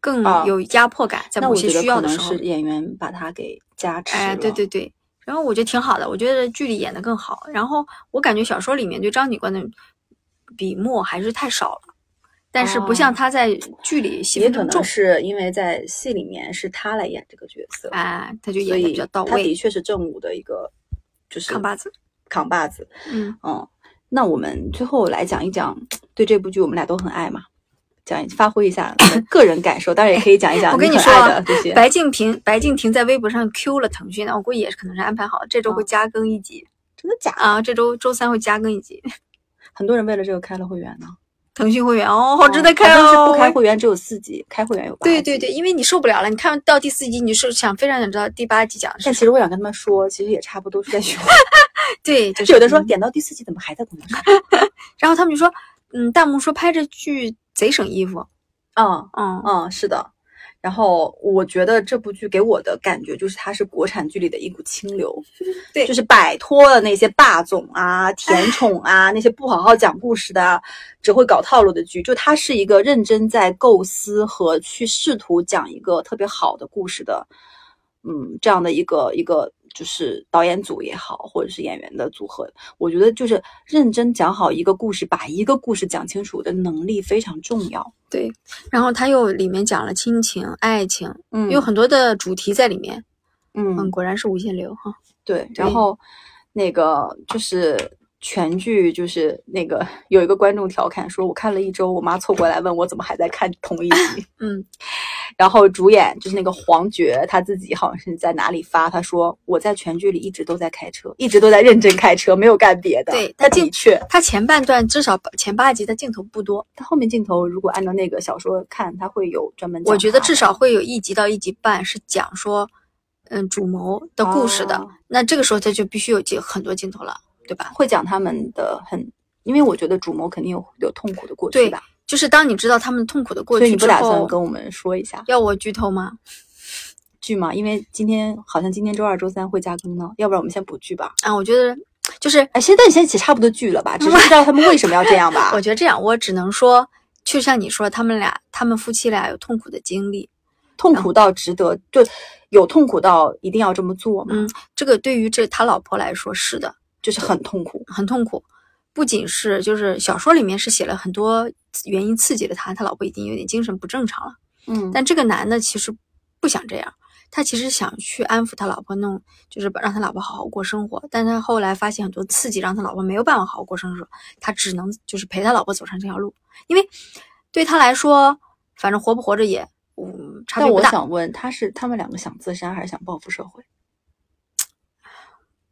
[SPEAKER 2] 更
[SPEAKER 3] 啊
[SPEAKER 2] 有压迫感，在
[SPEAKER 3] 那
[SPEAKER 2] 某
[SPEAKER 3] 我
[SPEAKER 2] 些
[SPEAKER 3] 觉得
[SPEAKER 2] 需要
[SPEAKER 3] 可
[SPEAKER 2] 的
[SPEAKER 3] 能
[SPEAKER 2] 时候
[SPEAKER 3] 是。演员把它给加持
[SPEAKER 2] 哎，对
[SPEAKER 3] 了
[SPEAKER 2] 对，对，然后我觉得挺好的，我觉得剧里演的更好。然后我感觉小说里面对张警官的笔墨还是太少了，但是不像
[SPEAKER 3] 哦
[SPEAKER 2] 他在剧里戏
[SPEAKER 3] 也
[SPEAKER 2] 份
[SPEAKER 3] 可
[SPEAKER 2] 这么重
[SPEAKER 3] 能，是因为在戏里面是他来演这个角色，
[SPEAKER 2] 哎，他就
[SPEAKER 3] 所
[SPEAKER 2] 演的
[SPEAKER 3] 以
[SPEAKER 2] 比较到
[SPEAKER 3] 他的
[SPEAKER 2] 位，
[SPEAKER 3] 确是正午的一个就是
[SPEAKER 2] 扛把子。
[SPEAKER 3] 扛把子。
[SPEAKER 2] 嗯，
[SPEAKER 3] 嗯，那我们最后来讲一讲对这部剧，我们俩都很爱嘛。讲一发挥一下我们个人感受，当然也可以讲一讲
[SPEAKER 2] 我跟
[SPEAKER 3] 你
[SPEAKER 2] 你
[SPEAKER 3] 很
[SPEAKER 2] 说
[SPEAKER 3] 爱
[SPEAKER 2] 啊
[SPEAKER 3] 的这些。
[SPEAKER 2] 白敬亭，白敬亭在微博上 Q 了腾讯的，我估计也是可能是安排好的，这周会
[SPEAKER 3] 啊
[SPEAKER 2] 加更一集
[SPEAKER 3] 真的假的？
[SPEAKER 2] 啊，这周周三会加更一集。
[SPEAKER 3] 很多人为了这个开了会员呢。
[SPEAKER 2] 腾讯会员哦，好值得
[SPEAKER 3] 嗯
[SPEAKER 2] 开
[SPEAKER 3] 好像
[SPEAKER 2] 哦！
[SPEAKER 3] 是不
[SPEAKER 2] 我
[SPEAKER 3] 开会员只有四集，开会员有八。
[SPEAKER 2] 对对对，，因为你受不了了，你看到第四集，你就是想非常想知道第八集讲的是
[SPEAKER 3] 但其
[SPEAKER 2] 什
[SPEAKER 3] 实
[SPEAKER 2] 么。
[SPEAKER 3] 我想跟他们说，其实也差不多是在 学
[SPEAKER 2] 对，就是
[SPEAKER 3] 就有的说
[SPEAKER 2] 嗯
[SPEAKER 3] 点到第四集怎么还在工作上？
[SPEAKER 2] 然后他们就说，嗯，弹幕说拍这剧贼省衣服，
[SPEAKER 3] 嗯
[SPEAKER 2] 嗯，
[SPEAKER 3] 嗯，是的。然后我觉得这部剧给我的感觉就是它是国产剧里的一股清 流，
[SPEAKER 2] 对
[SPEAKER 3] 就是摆脱了那些霸总啊、甜宠啊、那些不好好讲故事的啊、只会搞套路的剧，就它是一个认真在构思和去试图讲一个特别好的故事的，嗯，这样的一个一个就是导演组也好，或者是演员的组合，我觉得就是认真讲好一个故事，把一个故事讲清楚的能力非常重要。
[SPEAKER 2] 对。然后他又里面讲了亲情、爱情，
[SPEAKER 3] 嗯
[SPEAKER 2] 有很多的主题在里面。
[SPEAKER 3] 嗯
[SPEAKER 2] 嗯，果然是无限流哈。
[SPEAKER 3] 对，然
[SPEAKER 2] 对
[SPEAKER 3] 后那个就是全剧，就是那个有一个观众调侃说，我看了一周，我妈凑过来问我怎么还在看同一集。
[SPEAKER 2] 嗯，
[SPEAKER 3] 然后主演就是那个黄觉，他自己好像是在哪里发，他说我在全剧里一直都在开车，一直都在认真开车，没有干别的。
[SPEAKER 2] 对
[SPEAKER 3] 他
[SPEAKER 2] 他进
[SPEAKER 3] 的确，
[SPEAKER 2] 他前半段至少前八集的镜头不多，
[SPEAKER 3] 他后面镜头如果按照那个小说看，他会有专门讲他的。
[SPEAKER 2] 我觉得至少会有一集到一集半是讲说，嗯，主谋的故事的。
[SPEAKER 3] 哦
[SPEAKER 2] 那这个时候他就必须有镜很多镜头了，对吧？
[SPEAKER 3] 会讲他们的很，因为我觉得主谋肯定有有痛苦的过去
[SPEAKER 2] 对
[SPEAKER 3] 吧，
[SPEAKER 2] 就是当你知道他们痛苦的过
[SPEAKER 3] 所以
[SPEAKER 2] 去
[SPEAKER 3] 你不
[SPEAKER 2] 之
[SPEAKER 3] 打算
[SPEAKER 2] 后，
[SPEAKER 3] 跟我们说一下？
[SPEAKER 2] 要我剧透吗？
[SPEAKER 3] 剧嘛，因为今天好像今天周二、周三会加更呢，要不然我们先不剧吧。
[SPEAKER 2] 啊，我觉得就是
[SPEAKER 3] 哎，现在现在其实差不多剧了吧，只是不知道他们为什么要这样 吧
[SPEAKER 2] 我。觉得这样，我只能说，就像你说，他们俩，他们夫妻俩有痛苦的经历，
[SPEAKER 3] 痛苦到值得，就有痛苦到一定要这么做嘛，
[SPEAKER 2] 嗯这个对于这他老婆来说是的，
[SPEAKER 3] 就是很痛苦。
[SPEAKER 2] 很痛苦。不仅是就是小说里面是写了很多原因刺激了他，他老婆已经有点精神不正常了。
[SPEAKER 3] 嗯但
[SPEAKER 2] 但这个男的其实不想这样，他其实想去安抚他老婆，弄就是把让他老婆好好过生活。但他后来发现很多刺激让他老婆没有办法好好过生活，他只能就是陪他老婆走上这条路，因为对他来说，反正活不活着也嗯差
[SPEAKER 3] 但
[SPEAKER 2] 别不
[SPEAKER 3] 我
[SPEAKER 2] 大。
[SPEAKER 3] 想问，他是他们两个想自杀还是想报复社会？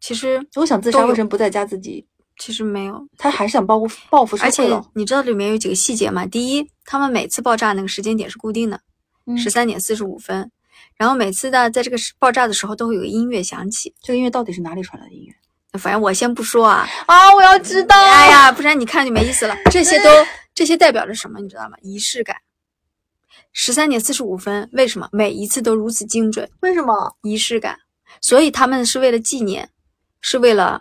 [SPEAKER 2] 其实
[SPEAKER 3] 我想自
[SPEAKER 2] 都
[SPEAKER 3] 杀，
[SPEAKER 2] 有
[SPEAKER 3] 为什么不在家自己？
[SPEAKER 2] 其实没有，
[SPEAKER 3] 他还是想报复报复社
[SPEAKER 2] 而且
[SPEAKER 3] 会了。
[SPEAKER 2] 你知道里面有几个细节吗？第一，他们每次爆炸那个时间点是固定的，
[SPEAKER 3] 嗯
[SPEAKER 2] 十三点四十五分。然后每次呢，在这个时爆炸的时候，都会有个音乐响起。
[SPEAKER 3] 这个音乐到底是哪里传来的音乐
[SPEAKER 2] 反正我先不说啊，
[SPEAKER 3] 啊？我要知道
[SPEAKER 2] 哎呀，不然你看就没意思 了。这些都这些代表着什么，你知道吗？仪式感。十三点四十五分，为什么每一次都如此精准？
[SPEAKER 3] 为什么？
[SPEAKER 2] 仪式感，所以他们是为了纪念，是为了，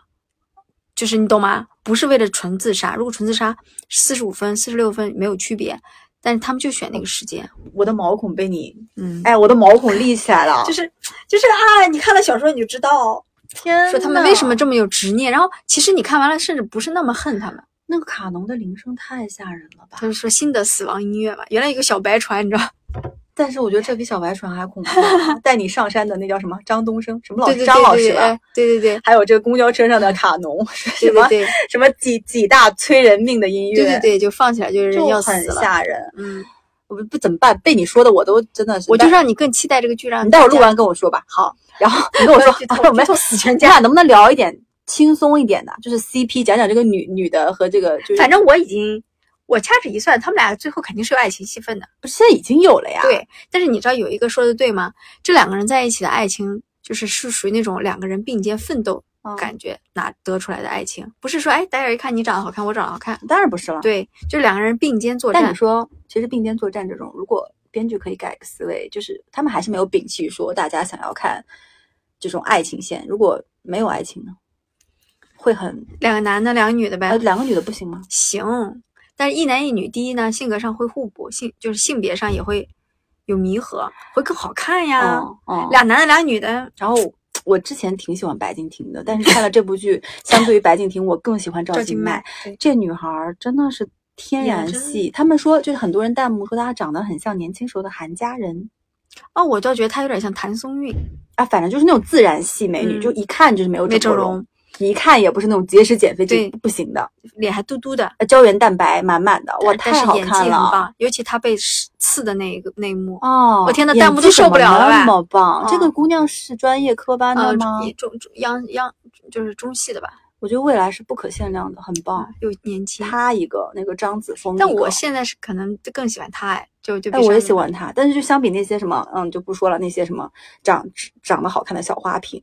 [SPEAKER 2] 就是你懂吗？不是为了纯自杀。如果纯自杀，四十五分、四十六分没有区别，但是他们就选那个时间，
[SPEAKER 3] 我的毛孔被你，
[SPEAKER 2] 嗯，
[SPEAKER 3] 哎，我的毛孔立起来了，
[SPEAKER 2] 就是就是啊，你看了小说你就知道，
[SPEAKER 3] 天
[SPEAKER 2] 说他们
[SPEAKER 3] 呐
[SPEAKER 2] 为什么这么有执念。然后其实你看完了，甚至不是那么恨他们，
[SPEAKER 3] 那个卡农的铃声太吓人了吧？
[SPEAKER 2] 就是说新的死亡音乐嘛。原来有个小白船，你知道，
[SPEAKER 3] 但是我觉得这比小白船还恐怖啊， 带你上山的那叫什么张东升 什么老
[SPEAKER 2] 对
[SPEAKER 3] 师
[SPEAKER 2] 对
[SPEAKER 3] 张老
[SPEAKER 2] 对
[SPEAKER 3] 师
[SPEAKER 2] 对，
[SPEAKER 3] 吧
[SPEAKER 2] 哎，对对对。
[SPEAKER 3] 还有这个公交车上的卡农，
[SPEAKER 2] 对
[SPEAKER 3] 什
[SPEAKER 2] 对
[SPEAKER 3] 么
[SPEAKER 2] 对
[SPEAKER 3] 什么几几大催人命的音乐，
[SPEAKER 2] 对对对，就放起来就是人
[SPEAKER 3] 就
[SPEAKER 2] 要死
[SPEAKER 3] 很
[SPEAKER 2] 了。
[SPEAKER 3] 吓人。
[SPEAKER 2] 嗯，
[SPEAKER 3] 我不不怎么办？被你说的我都真的是，
[SPEAKER 2] 我就
[SPEAKER 3] 你待
[SPEAKER 2] 让你更期待这个剧，让
[SPEAKER 3] 你待会儿录
[SPEAKER 2] 大家
[SPEAKER 3] 完跟我说吧。 好，然后你跟我说，啊 我们
[SPEAKER 2] 死全
[SPEAKER 3] 你。俩能不能聊一点轻松一点的，就是 CP，讲讲这个女女的和这个就是，
[SPEAKER 2] 反正我已经，我掐指一算，他们俩最后肯定是有爱情戏份的。
[SPEAKER 3] 不是现在已经有了呀。
[SPEAKER 2] 对，但是你知道有一个说的对吗？这两个人在一起的爱情，就是是属于那种两个人并肩奋斗
[SPEAKER 3] 嗯，
[SPEAKER 2] 感觉拿得出来的爱情，不是说哎，大家一看你长得好看，我长得好看，
[SPEAKER 3] 当然不是了。，
[SPEAKER 2] 对，就是两个人并肩作
[SPEAKER 3] 但你
[SPEAKER 2] 战。
[SPEAKER 3] 说，其实并肩作战这种，如果编剧可以改个思维，就是他们还是没有摒弃说大家想要看这种爱情线。如果没有爱情呢，会很
[SPEAKER 2] 两个男的，两个女的呗，
[SPEAKER 3] 呃两个女的不行吗？
[SPEAKER 2] 行。但是，一男一女，第一呢，性格上会互补，性就是性别上也会有弥合，会更好看呀。
[SPEAKER 3] 嗯嗯。
[SPEAKER 2] 俩男的，俩女的，
[SPEAKER 3] 然后我我之前挺喜欢白敬亭的，但是看了这部剧，相对于白敬亭，我更喜欢赵
[SPEAKER 2] 赵
[SPEAKER 3] 今
[SPEAKER 2] 今
[SPEAKER 3] 麦
[SPEAKER 2] 麦。。对
[SPEAKER 3] 这女孩儿真的是天
[SPEAKER 2] 颜
[SPEAKER 3] 然
[SPEAKER 2] 真
[SPEAKER 3] 系，他们说就是很多人弹幕说她长得很像年轻时候的韩佳人
[SPEAKER 2] 哦，我倒觉得她有点像谭松韵，
[SPEAKER 3] 啊，反正就是那种自然系美女，
[SPEAKER 2] 嗯
[SPEAKER 3] 就一看就是没有
[SPEAKER 2] 没整
[SPEAKER 3] 过
[SPEAKER 2] 容，，
[SPEAKER 3] 你一看也不是那种节食减肥这
[SPEAKER 2] 对
[SPEAKER 3] 不行的，
[SPEAKER 2] 脸还嘟嘟的，
[SPEAKER 3] 呃胶原蛋白满满的，哇，
[SPEAKER 2] 但
[SPEAKER 3] 太
[SPEAKER 2] 是
[SPEAKER 3] 好
[SPEAKER 2] 演技
[SPEAKER 3] 看
[SPEAKER 2] 很
[SPEAKER 3] 了。
[SPEAKER 2] 棒，尤其她被刺的那一个那一幕，
[SPEAKER 3] 哦，
[SPEAKER 2] 我天呐
[SPEAKER 3] 演
[SPEAKER 2] 弹幕
[SPEAKER 3] 技
[SPEAKER 2] 都受
[SPEAKER 3] 怎
[SPEAKER 2] 不
[SPEAKER 3] 么
[SPEAKER 2] 了了
[SPEAKER 3] 那
[SPEAKER 2] 吧
[SPEAKER 3] 么棒！这个
[SPEAKER 2] 嗯
[SPEAKER 3] 姑娘是专业科班
[SPEAKER 2] 呃
[SPEAKER 3] 的吗？，
[SPEAKER 2] 中中央央就是中戏的吧，
[SPEAKER 3] 我觉得未来是不可限量的，很棒。
[SPEAKER 2] 又年轻。
[SPEAKER 3] 她一个，那个张子哦枫一
[SPEAKER 2] 嗯
[SPEAKER 3] 个，
[SPEAKER 2] 但我现在是可能更喜欢她哎，就就比
[SPEAKER 3] 哎，我也
[SPEAKER 2] 上
[SPEAKER 3] 喜欢她，但是就相比那些什么，嗯，就不说了，那些什么长长得好看的小花瓶，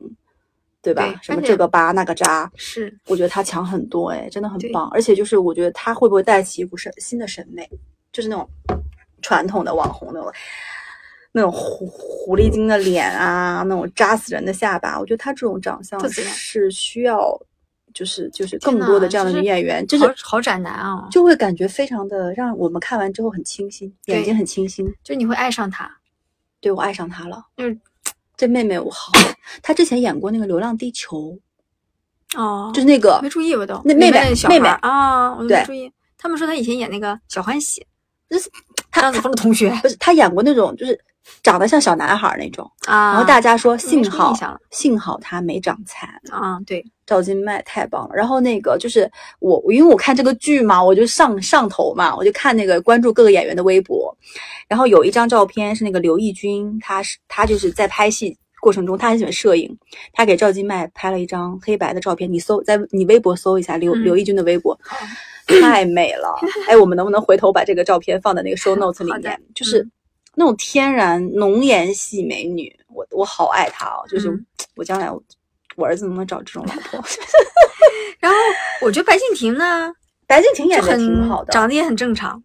[SPEAKER 3] 对吧？
[SPEAKER 2] 对
[SPEAKER 3] 什么
[SPEAKER 2] 而且
[SPEAKER 3] 这个疤那个渣，
[SPEAKER 2] 是
[SPEAKER 3] 我觉得她强很多，哎，真的很
[SPEAKER 2] 对
[SPEAKER 3] 棒。而且就是我觉得她会不会带起一股审新的审美，就是那种传统的网红那种。那种狐狐狸精的脸啊，那种扎死人的下巴，我觉得她这种长相
[SPEAKER 2] 特自然
[SPEAKER 3] 是需要，就是就是
[SPEAKER 2] 天
[SPEAKER 3] 更多
[SPEAKER 2] 呐
[SPEAKER 3] 的这样的
[SPEAKER 2] 啊就是
[SPEAKER 3] 女演员，就
[SPEAKER 2] 好
[SPEAKER 3] 是
[SPEAKER 2] 好宅男啊，
[SPEAKER 3] 就会感觉非常的让我们看完之后很清新，眼
[SPEAKER 2] 对
[SPEAKER 3] 睛很清新。
[SPEAKER 2] 就你会爱上她，
[SPEAKER 3] 对我爱上她了。
[SPEAKER 2] 就是
[SPEAKER 3] 这妹妹我好，她之前演过那个《流浪地球》，
[SPEAKER 2] 哦，
[SPEAKER 3] 就是那个
[SPEAKER 2] 没注意我都
[SPEAKER 3] 那
[SPEAKER 2] 里
[SPEAKER 3] 妹
[SPEAKER 2] 面
[SPEAKER 3] 妹
[SPEAKER 2] 的小
[SPEAKER 3] 妹
[SPEAKER 2] 孩
[SPEAKER 3] 妹
[SPEAKER 2] 儿啊，我都
[SPEAKER 3] 对
[SPEAKER 2] 没注意。他们说她以前演那个小欢喜，
[SPEAKER 3] 就是
[SPEAKER 2] 张子枫的同学
[SPEAKER 3] 不是她演过那种就是长得像小男孩儿那种，
[SPEAKER 2] 啊。
[SPEAKER 3] 然后大家说
[SPEAKER 2] 什么
[SPEAKER 3] 幸好
[SPEAKER 2] 印象了
[SPEAKER 3] 幸好她没长残。
[SPEAKER 2] 啊，对，
[SPEAKER 3] 赵今麦太棒了，然后那个就是我，因为我看这个剧嘛，我就上上头嘛，我就看那个关注各个演员的微博，然后有一张照片是那个刘奕君，他是他就是在拍戏过程中，他很喜欢摄影，他给赵今麦拍了一张黑白的照片，你搜在你微博搜一下
[SPEAKER 2] 嗯
[SPEAKER 3] 刘、
[SPEAKER 2] 哦
[SPEAKER 3] 刘奕君的微博，太美了， 哎，我们能不能回头把这个照片 放在那个 show notes 里
[SPEAKER 2] 好的嗯
[SPEAKER 3] 面？就是那种天然浓颜系美女，我我好爱她哦，就是
[SPEAKER 2] 嗯
[SPEAKER 3] 我将来我。我儿子能不能找这种老婆？
[SPEAKER 2] 然后我觉得白敬亭呢，
[SPEAKER 3] 白敬亭演
[SPEAKER 2] 就
[SPEAKER 3] 的
[SPEAKER 2] 很
[SPEAKER 3] 挺好的，
[SPEAKER 2] 长得也很正常。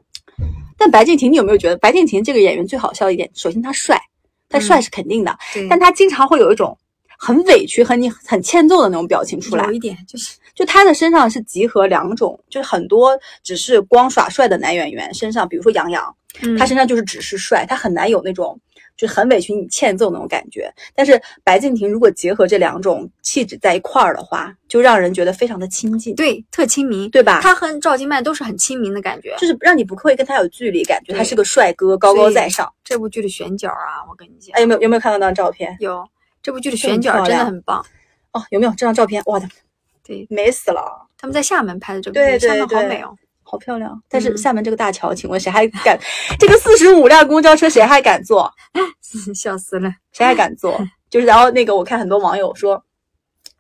[SPEAKER 3] 但白敬亭，你有没有觉得白敬亭这个演员最好笑一点？首先他帅，他
[SPEAKER 2] 嗯
[SPEAKER 3] 帅是肯定的，
[SPEAKER 2] 对，
[SPEAKER 3] 但他经常会有一种很委屈、很你很欠揍的那种表情出来
[SPEAKER 2] 有。一点就是
[SPEAKER 3] 就他的身上是集合两种，就是很多只是光耍帅的男演员身上，比如说杨洋，他
[SPEAKER 2] 是
[SPEAKER 3] 身上就是只是帅，他很难有那种就是很委屈你欠揍那种感觉。但是白敬亭如果结合这两种气质在一块儿的话，就让人觉得非常的亲近，
[SPEAKER 2] 对特亲民，
[SPEAKER 3] 对吧？
[SPEAKER 2] 他和赵今麦都是很亲民的感觉。
[SPEAKER 3] 就是让你不会跟他有距离感，觉
[SPEAKER 2] 对
[SPEAKER 3] 他是个帅哥，高高
[SPEAKER 2] 所以
[SPEAKER 3] 在上。
[SPEAKER 2] 这部剧的选角啊，我跟你讲
[SPEAKER 3] 哎，，有没有有没有看到那张照片？
[SPEAKER 2] 有这部剧的
[SPEAKER 3] 这么
[SPEAKER 2] 选角
[SPEAKER 3] 漂
[SPEAKER 2] 真的
[SPEAKER 3] 亮
[SPEAKER 2] 很棒。
[SPEAKER 3] 哦，有没有这张照片？哇，
[SPEAKER 2] 对，
[SPEAKER 3] 美死了，
[SPEAKER 2] 他们在厦门拍的这部
[SPEAKER 3] 对
[SPEAKER 2] 剧，厦
[SPEAKER 3] 对
[SPEAKER 2] 门好
[SPEAKER 3] 对
[SPEAKER 2] 美哦。
[SPEAKER 3] 好漂亮！但是
[SPEAKER 2] 嗯
[SPEAKER 3] 厦门这个大桥，请问谁还敢？这个四十五辆公交车谁还敢坐？
[SPEAKER 2] 笑死了，
[SPEAKER 3] 谁还敢坐？就是然后那个我看很多网友说。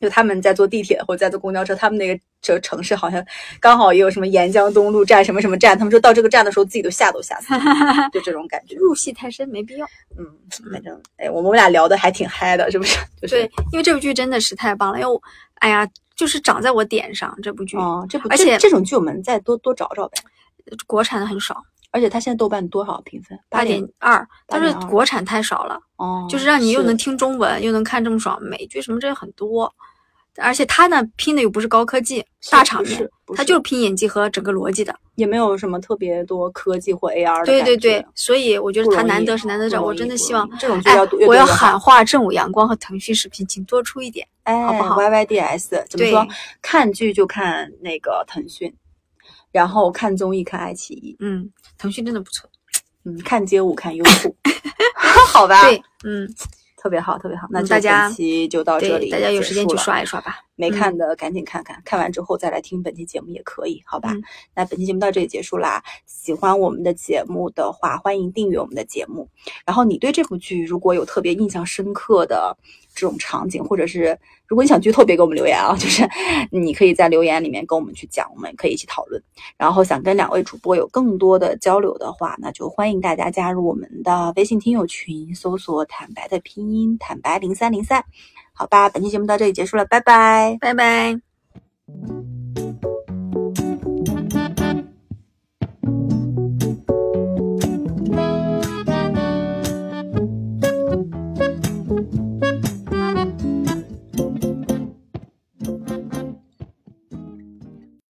[SPEAKER 3] 就他们在坐地铁或者在坐公交车，他们那个城城市好像刚好也有什么沿江东路站什么什么站，他们说到这个站的时候自己都吓都吓 死了，就这种感觉。
[SPEAKER 2] 入戏太深没必要。
[SPEAKER 3] 嗯，反正哎，我们俩聊的还挺嗨的，是不是？ 就是
[SPEAKER 2] 对，，因为这部剧真的是太棒了，因为我哎呀，就是长在我点上。这部剧、
[SPEAKER 3] 哦，这部
[SPEAKER 2] 而
[SPEAKER 3] 这
[SPEAKER 2] 且
[SPEAKER 3] 这种剧我们再多多找找呗。
[SPEAKER 2] 国产的很少，
[SPEAKER 3] 而且它现在豆瓣多少评分？
[SPEAKER 2] 八点二，但是
[SPEAKER 3] 8.2
[SPEAKER 2] 国产太少了，
[SPEAKER 3] 哦，
[SPEAKER 2] 就是让你又能听中文，又能看这么爽，美剧什么这很多。而且他呢拼的又不是高科技、
[SPEAKER 3] 是
[SPEAKER 2] 大场
[SPEAKER 3] 不是
[SPEAKER 2] 面，
[SPEAKER 3] 不
[SPEAKER 2] 他
[SPEAKER 3] 是
[SPEAKER 2] 就是拼演技和整个逻辑的。
[SPEAKER 3] 也没有什么特别多科技或 AR 的
[SPEAKER 2] 对
[SPEAKER 3] 感
[SPEAKER 2] 对
[SPEAKER 3] 觉
[SPEAKER 2] 对，，所以我觉
[SPEAKER 3] 不
[SPEAKER 2] 得他
[SPEAKER 3] 容
[SPEAKER 2] 难
[SPEAKER 3] 易
[SPEAKER 2] 得是难得
[SPEAKER 3] 不
[SPEAKER 2] 这，我
[SPEAKER 3] 容易
[SPEAKER 2] 真的
[SPEAKER 3] 不
[SPEAKER 2] 希
[SPEAKER 3] 容
[SPEAKER 2] 望
[SPEAKER 3] 易。这种剧
[SPEAKER 2] 哎
[SPEAKER 3] 要多越，
[SPEAKER 2] 我
[SPEAKER 3] 多
[SPEAKER 2] 要
[SPEAKER 3] 越好
[SPEAKER 2] 喊话正午阳光和腾讯视频，请多出一点。
[SPEAKER 3] 哎，
[SPEAKER 2] 好不好
[SPEAKER 3] y y d s 怎么
[SPEAKER 2] 对
[SPEAKER 3] 说？看剧就看那个腾讯，然后看综艺看爱奇艺，
[SPEAKER 2] 嗯，腾讯真的不错。
[SPEAKER 3] 嗯，看街舞看优 酷， 好吧？
[SPEAKER 2] 对，嗯，
[SPEAKER 3] 特别好，特别好。那
[SPEAKER 2] 嗯
[SPEAKER 3] 就
[SPEAKER 2] 大家
[SPEAKER 3] 本期就到这
[SPEAKER 2] 对，
[SPEAKER 3] 里，
[SPEAKER 2] 大家有时间去刷一刷
[SPEAKER 3] 刷。
[SPEAKER 2] 吧。嗯
[SPEAKER 3] 没看的赶紧看看，看完之后再来听本期节目也可以，好吧？
[SPEAKER 2] 嗯
[SPEAKER 3] 那本期节目到这里结束啦。喜欢我们的节目的话，欢迎订阅我们的节目。然后你对这部剧如果有特别印象深刻的这种场景，或者是如果你想剧透，别给我们留言啊， 就是你可以在留言里面跟我们去讲，我们可以一起讨论。然后想跟两位主播有更多的交流的话，那就欢迎大家加入我们的微信听友群，搜索“坦白”的拼音“坦白零三零三”。好吧，本期节目到这里结束了，拜拜。
[SPEAKER 2] 拜拜。